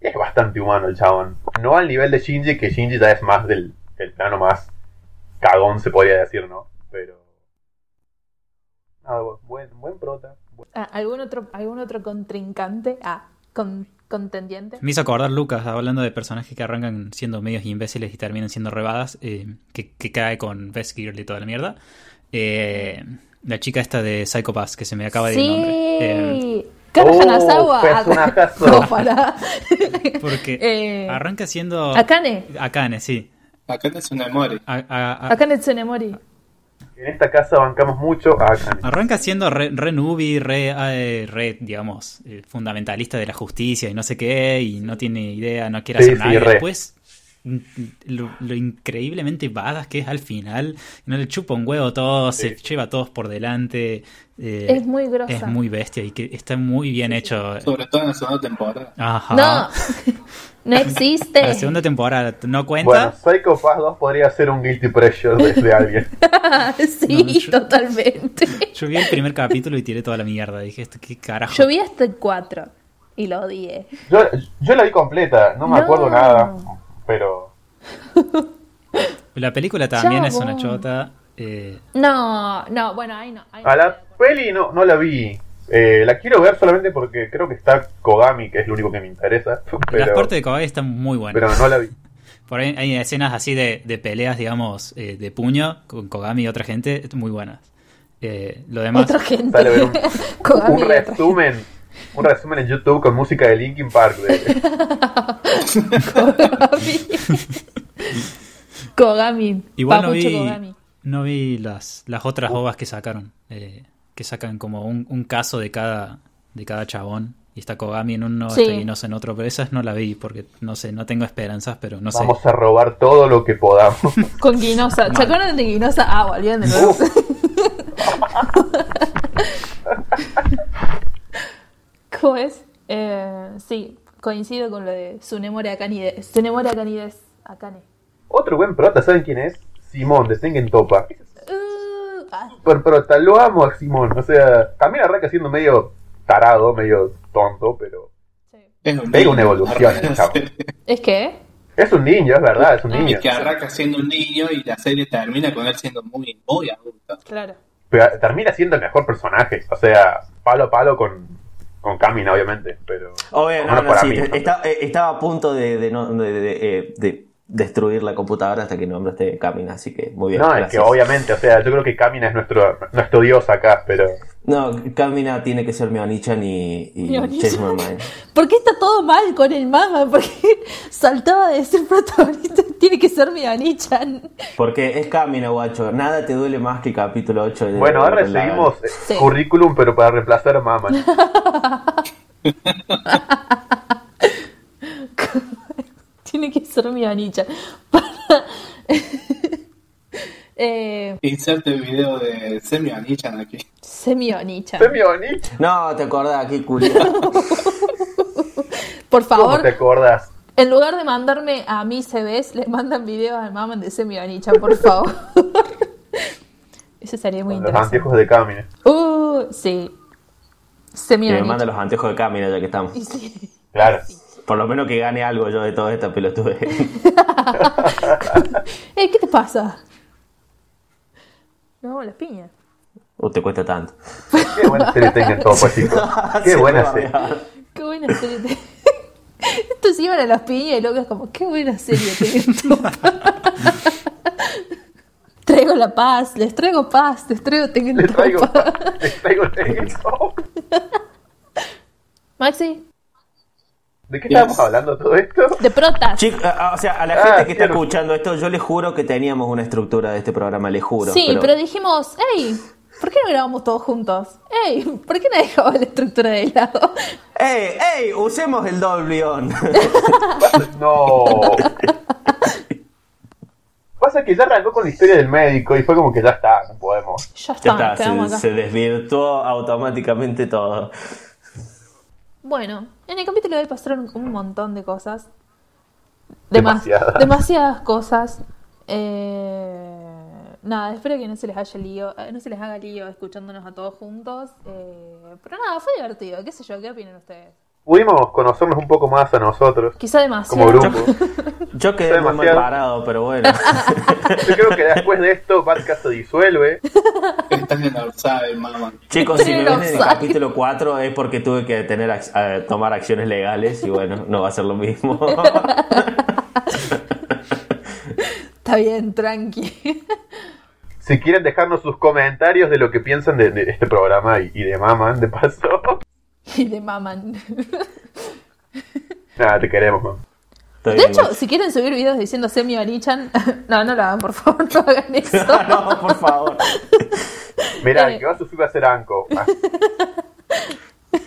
Speaker 1: es bastante humano el chabón. No al nivel de Shinji, que Shinji ya es más del, del plano más cagón, se podría decir, ¿no? Pero... nada, bu- buen, buen prota. buen-
Speaker 6: ah, ¿algún, otro, ¿Algún otro contrincante? Ah, con- contendiente.
Speaker 5: Me hizo acordar Lucas hablando de personajes que arrancan siendo medios imbéciles y terminan siendo rebadas, eh, que, que cae con Best Girl y toda la mierda. Eh, la chica esta de Psycho Pass, que se me acaba de ir el nombre. Eh,
Speaker 6: Sí. Cara
Speaker 1: Oh,
Speaker 6: Hanazawa.
Speaker 1: personajazo.
Speaker 6: <laughs> No,
Speaker 5: <laughs>
Speaker 6: pará.
Speaker 5: porque
Speaker 6: <laughs> Eh,
Speaker 5: arranca siendo...
Speaker 6: Akane.
Speaker 5: Akane, sí.
Speaker 4: Acá no es un amor.
Speaker 5: A- a- a-
Speaker 6: Akane Tsunemori.
Speaker 1: En esta casa bancamos mucho Ah, a Akane.
Speaker 5: Arranca siendo re, re nubi, re, eh, re, digamos, eh, fundamentalista de la justicia y no sé qué, y no tiene idea, no quiere
Speaker 1: Sí,
Speaker 5: hacer nada.
Speaker 1: sí,
Speaker 5: y
Speaker 1: re.
Speaker 5: después, mm, lo, lo increíblemente badas que es al final, no le chupa un huevo a todos, se lleva a todos por delante. eh,
Speaker 6: Es muy grosa.
Speaker 5: es muy bestia y que está muy bien hecho.
Speaker 4: Sobre todo en la segunda temporada.
Speaker 5: Ajá. <laughs>
Speaker 2: No, no
Speaker 5: Ah. La
Speaker 2: existe.
Speaker 6: <laughs>
Speaker 5: segunda temporada no
Speaker 1: Bueno,
Speaker 5: cuenta.
Speaker 1: Psycho Pass 2 podría ser un guilty pressure de, de
Speaker 5: <laughs>
Speaker 1: alguien.
Speaker 2: sí,
Speaker 5: No, yo-
Speaker 2: totalmente.
Speaker 5: Yo vi el primer capítulo y tiré toda la mierda. Dije, ¿esto qué carajo?
Speaker 2: Yo vi hasta el 4 y lo odié.
Speaker 1: Yo, yo la vi completa, no me
Speaker 2: No.
Speaker 1: acuerdo nada, pero
Speaker 5: La película también
Speaker 2: Ya,
Speaker 5: es una
Speaker 2: vos.
Speaker 5: chota. eh,
Speaker 6: No, no, bueno, ahí no. ahí no
Speaker 1: a
Speaker 6: estoy de
Speaker 1: la
Speaker 6: acuerdo.
Speaker 1: peli no, no la vi. Eh, la quiero ver solamente porque creo que está Kogami, que es lo único que me interesa, <laughs>
Speaker 5: Las
Speaker 1: pero,
Speaker 5: partes de Kawai están muy buenas.
Speaker 1: pero no la vi.
Speaker 5: Por ahí hay escenas así de, de peleas, digamos, eh, de puño con Kogami y otra gente, muy buenas. Eh, lo demás,
Speaker 6: Otra gente.
Speaker 1: Sale a
Speaker 6: <laughs>
Speaker 1: ver un,
Speaker 6: Kogami
Speaker 1: un
Speaker 6: y otra
Speaker 1: resumen, un resumen en YouTube con música de Linkin Park.
Speaker 5: <laughs>
Speaker 1: de-
Speaker 5: <laughs>
Speaker 6: Kogami.
Speaker 5: igual no
Speaker 6: Papucho
Speaker 5: vi,
Speaker 6: Kogami. Uh.
Speaker 5: no vi las, las otras ovas que sacaron, eh, que sacan como un, un caso de cada, de cada chabón. Y está Kogami en uno,
Speaker 6: Sí.
Speaker 5: está Inoue en otro, pero esas no la vi porque no sé, no tengo esperanzas, pero no sé.
Speaker 1: Vamos a robar todo lo que podamos. <laughs>
Speaker 6: Con Guinosa. ¿Se acuerdan de Guinosa? Ah, volvían de nuevo. <laughs> ¿Cómo es? Eh, sí, coincido con lo de Tsunemori Akanides. Tsunemori Akanides. Akane.
Speaker 1: Otro buen prota, ¿saben quién es? Simón, de Sengen Topa.
Speaker 6: Uh, ah,
Speaker 1: Pero, pero hasta lo amo a Simón. O sea, también arranca siendo medio tarado, medio tonto, pero
Speaker 6: sí.
Speaker 4: Es un
Speaker 1: Pega
Speaker 4: niño.
Speaker 1: una evolución
Speaker 4: <laughs>
Speaker 1: el chavo.
Speaker 6: ¿Es que?
Speaker 1: es un niño, es verdad,
Speaker 3: Ah,
Speaker 1: es un
Speaker 4: Y
Speaker 1: niño.
Speaker 4: que arranca siendo un niño y la serie termina con él siendo muy, muy adulto.
Speaker 6: Claro.
Speaker 1: Pero termina siendo el mejor personaje. O sea, palo a palo con, con Kamina, obviamente. Pero
Speaker 3: Obvio, Oh, no,
Speaker 1: Bueno,
Speaker 3: no,
Speaker 1: para
Speaker 3: sí,
Speaker 1: mí.
Speaker 3: te- está- eh, estaba a punto de, de no- de- de- de- eh, de destruir la computadora hasta que el hombre esté camina, así que muy bien.
Speaker 1: No, es que
Speaker 3: gracias.
Speaker 1: obviamente, o sea, yo creo que Camina es nuestro, nuestro dios acá, pero
Speaker 3: No, Kamina tiene que ser Mionichan y, y
Speaker 6: Mionichan.
Speaker 3: Change My Mind.
Speaker 6: ¿Por qué está todo mal con el manga? <laughs> Porque saltaba de ser protagonista. <laughs> Tiene que ser mi Anichan. <laughs>
Speaker 3: Porque es Kamina, guacho. Nada te duele más que el capítulo 8 de
Speaker 1: bueno, ahora
Speaker 3: de la-
Speaker 1: recibimos eh,
Speaker 6: Sí.
Speaker 1: currículum, pero para reemplazar a
Speaker 6: <laughs>
Speaker 1: Maman.
Speaker 6: Tiene que ser mi Anichan. <laughs> Para- eh,
Speaker 4: Inserte el video de Semi Anichan <laughs> aquí.
Speaker 6: semi Anichan.
Speaker 1: Este Semioni,
Speaker 3: No, te acordás, qué
Speaker 6: <laughs>
Speaker 3: culiado.
Speaker 6: Por
Speaker 1: ¿cómo te
Speaker 6: favor,
Speaker 1: acordás?
Speaker 6: en lugar de mandarme a mí CBs, les mandan videos al maman de semi Anichan, por favor. <laughs> Eso sería muy
Speaker 1: Los
Speaker 6: interesante.
Speaker 1: anteojos de Camina.
Speaker 6: Uh, sí. Semi
Speaker 3: y me manda
Speaker 6: Anichan.
Speaker 3: los anteojos de Kamina ya que estamos.
Speaker 6: Y sí.
Speaker 1: Claro.
Speaker 3: Por lo menos que gane algo yo de toda esta
Speaker 6: <laughs>
Speaker 3: pelotudez.
Speaker 6: Eh, ¿qué te pasa? No, las piñas.
Speaker 3: o Uh, te cuesta tanto.
Speaker 1: Qué buena serie tengan todos, pues,
Speaker 3: <laughs>
Speaker 1: chicos. Qué
Speaker 3: Se
Speaker 1: buena
Speaker 3: me
Speaker 1: serie.
Speaker 3: va a dar.
Speaker 6: Qué buena serie. te- <laughs> Estos iban a las piñas y luego es como, qué buena serie tengo. <laughs> traigo la paz, les traigo paz, les traigo
Speaker 1: <laughs>
Speaker 6: tengo
Speaker 1: Les traigo,
Speaker 6: paz.
Speaker 1: les traigo eso.
Speaker 6: Maxi,
Speaker 1: ¿De qué estábamos hablando todo esto?
Speaker 6: de protas.
Speaker 3: Chic- a- a- o sea, a la
Speaker 1: Ah,
Speaker 3: gente que está
Speaker 1: claro.
Speaker 3: escuchando esto, yo les juro que teníamos una estructura de este programa, les juro.
Speaker 6: sí, pero...
Speaker 3: pero
Speaker 6: dijimos, hey, ¿por qué no grabamos todos juntos? Hey, ¿por qué no dejamos la estructura de lado? <laughs>
Speaker 3: ¡Ey, ey! Usemos el Dolbion.
Speaker 1: No. Pasa que ya arrancó con la historia del médico y fue como que ya está, no podemos.
Speaker 6: Ya está,
Speaker 3: <laughs> ya
Speaker 6: nos quedamos
Speaker 3: está,
Speaker 6: acá.
Speaker 3: se, se desvirtuó automáticamente todo.
Speaker 6: Bueno, en el capítulo de hoy pasaron un montón de cosas. Demas-
Speaker 1: Demasiadas.
Speaker 6: demasiadas cosas. Eh, nada, espero que no se les haya lío, eh, no se les haga lío escuchándonos a todos juntos. Eh, pero nada, fue divertido, qué sé yo, ¿qué opinan ustedes?
Speaker 1: Pudimos conocernos un poco más a nosotros
Speaker 6: Quizá
Speaker 1: como
Speaker 6: demasiado.
Speaker 1: grupo.
Speaker 3: Yo quedé muy mal
Speaker 1: Demasiado.
Speaker 3: parado, pero
Speaker 6: <laughs>
Speaker 3: bueno.
Speaker 1: Yo creo que después de esto, Barca se disuelve.
Speaker 4: Estás en outside, mamá.
Speaker 3: Chicos, si me
Speaker 6: Pero
Speaker 3: ven en el
Speaker 6: sabe.
Speaker 3: capítulo 4 es porque tuve que tener ac- eh, tomar acciones legales y bueno, no va a ser lo mismo.
Speaker 6: Está bien, tranqui. <laughs>
Speaker 1: Si quieren dejarnos sus comentarios de lo que piensan de, de este programa y, y de Maman, de paso. <laughs>
Speaker 6: y de maman.
Speaker 1: Nada, te queremos, Maman.
Speaker 3: Estoy
Speaker 6: De
Speaker 3: bien,
Speaker 6: hecho,
Speaker 3: bueno.
Speaker 6: si quieren subir videos diciendo semi anichan, <laughs> no, no lo hagan, por favor, no
Speaker 3: <laughs>
Speaker 6: hagan eso.
Speaker 3: <laughs> no, por favor.
Speaker 1: Mirá,
Speaker 6: Eh.
Speaker 1: el que va a subir va a ser Anco. Ah, <laughs>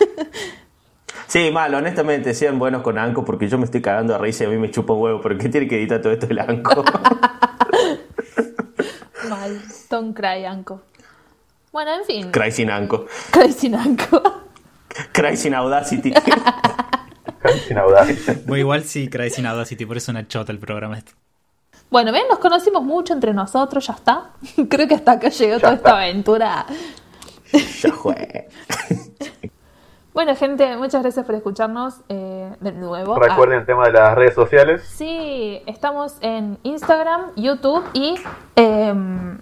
Speaker 3: Sí, mal, honestamente, sean buenos con Anco porque yo me estoy cagando a risa y a mí me chupa un huevo. ¿Por qué tiene que editar todo esto el Anco?
Speaker 6: Mal, Tom Cry Anko. Bueno, en
Speaker 3: <laughs>
Speaker 6: fin.
Speaker 3: Cry sin Anco.
Speaker 6: Cry sin Anko.
Speaker 3: Cry sin Audacity. <laughs>
Speaker 1: sin audacia.
Speaker 5: Voy igual si Cry sin Audacity, por eso es una chota el programa este.
Speaker 6: Bueno, ven, nos conocimos mucho entre nosotros, ya está. <laughs> Creo que hasta acá llegó toda esta
Speaker 1: está.
Speaker 6: aventura.
Speaker 3: ya fue.
Speaker 6: Bueno, gente, muchas gracias por escucharnos eh, de nuevo.
Speaker 1: Recuerden el tema de las redes
Speaker 6: Ah,
Speaker 1: sociales.
Speaker 6: sí, estamos en Instagram, YouTube y... eh, ¿En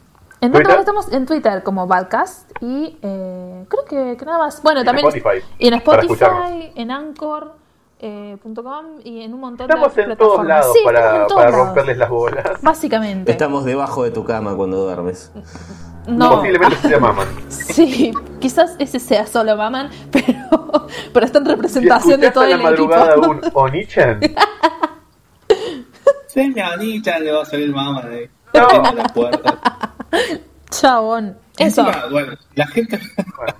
Speaker 6: dónde
Speaker 1: ¿Twitter?
Speaker 6: más estamos? En Twitter, como Valcast. Y eh, creo que, que nada más. Bueno,
Speaker 1: en
Speaker 6: también...
Speaker 1: Spotify,
Speaker 6: Y en
Speaker 1: para
Speaker 6: Spotify,
Speaker 1: escucharnos.
Speaker 6: en Anchor. eh, punto .com y en un montón
Speaker 1: Estamos
Speaker 6: de
Speaker 1: en
Speaker 6: otras
Speaker 1: todos
Speaker 6: plataformas.
Speaker 1: lados
Speaker 6: Sí, estamos
Speaker 1: para,
Speaker 6: en todos
Speaker 1: para
Speaker 6: lados,
Speaker 1: romperles las bolas.
Speaker 6: Básicamente.
Speaker 3: Estamos debajo de tu cama cuando duermes.
Speaker 6: no.
Speaker 1: Posiblemente sea
Speaker 6: <laughs>
Speaker 1: Maman.
Speaker 6: Sí, quizás ese sea solo Maman, <laughs> pero, pero está en
Speaker 1: Si
Speaker 6: representación de
Speaker 1: escuchaste
Speaker 6: todo
Speaker 1: a la
Speaker 6: el equipo.
Speaker 1: madrugada un Onichan,
Speaker 4: Semi Anichan le va a salir mamá de ahí.
Speaker 1: No.
Speaker 4: Encima de la puerta.
Speaker 6: <laughs> Chabón. Eso.
Speaker 4: Encima, bueno, la gente, <laughs>
Speaker 1: bueno,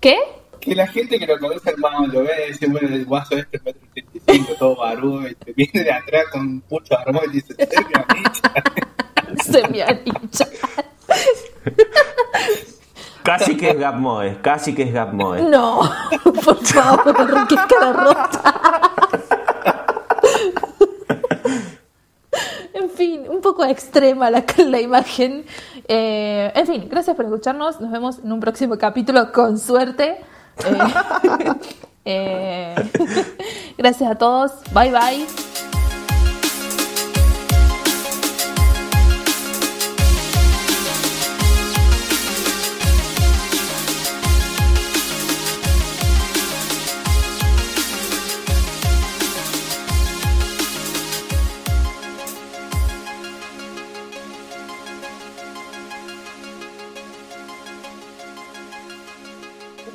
Speaker 6: ¿Qué?
Speaker 4: que la gente que lo conoce al mamá lo ve y dice, bueno, el guaso este es metro ochenta y cinco, todo barullo, y te viene de atrás con un pucho de armón y dice, Semi Anichan.
Speaker 6: Se me ha dicho.
Speaker 3: Casi que es Gapmoe, casi que es Gapmoe.
Speaker 6: No, <laughs> por favor, qué cara rota. En fin, un poco extrema la, <laughs> la imagen. Eh, en fin, gracias por escucharnos. Nos vemos en un próximo capítulo con suerte. Eh, <laughs> eh, <laughs> gracias a todos. Bye bye.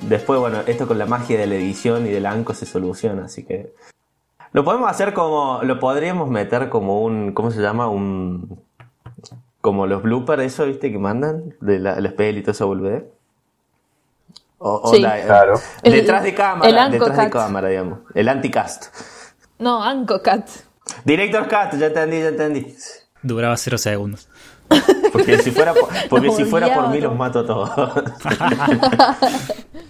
Speaker 3: Después, bueno, esto con la magia de la edición y del anco se soluciona, así que. Lo podemos hacer como. Lo podríamos meter como un. ¿Cómo se llama? Un. Como los bloopers, eso, ¿viste? Que mandan. De la, las pelis y todo eso, volver. O, o
Speaker 6: Sí.
Speaker 3: la- eh,
Speaker 1: Claro.
Speaker 6: El-
Speaker 3: detrás de cámara.
Speaker 6: el anco
Speaker 3: detrás de
Speaker 6: cat.
Speaker 3: cámara, digamos. El anticast.
Speaker 6: No, Anco Cat.
Speaker 3: Director cast, ya entendí, ya entendí.
Speaker 5: Duraba cero segundos.
Speaker 6: <laughs>
Speaker 3: Porque si fuera por, porque
Speaker 6: Nos
Speaker 3: si fuera por
Speaker 6: odiaba,
Speaker 3: mí
Speaker 6: ¿no?
Speaker 3: los mato a todos.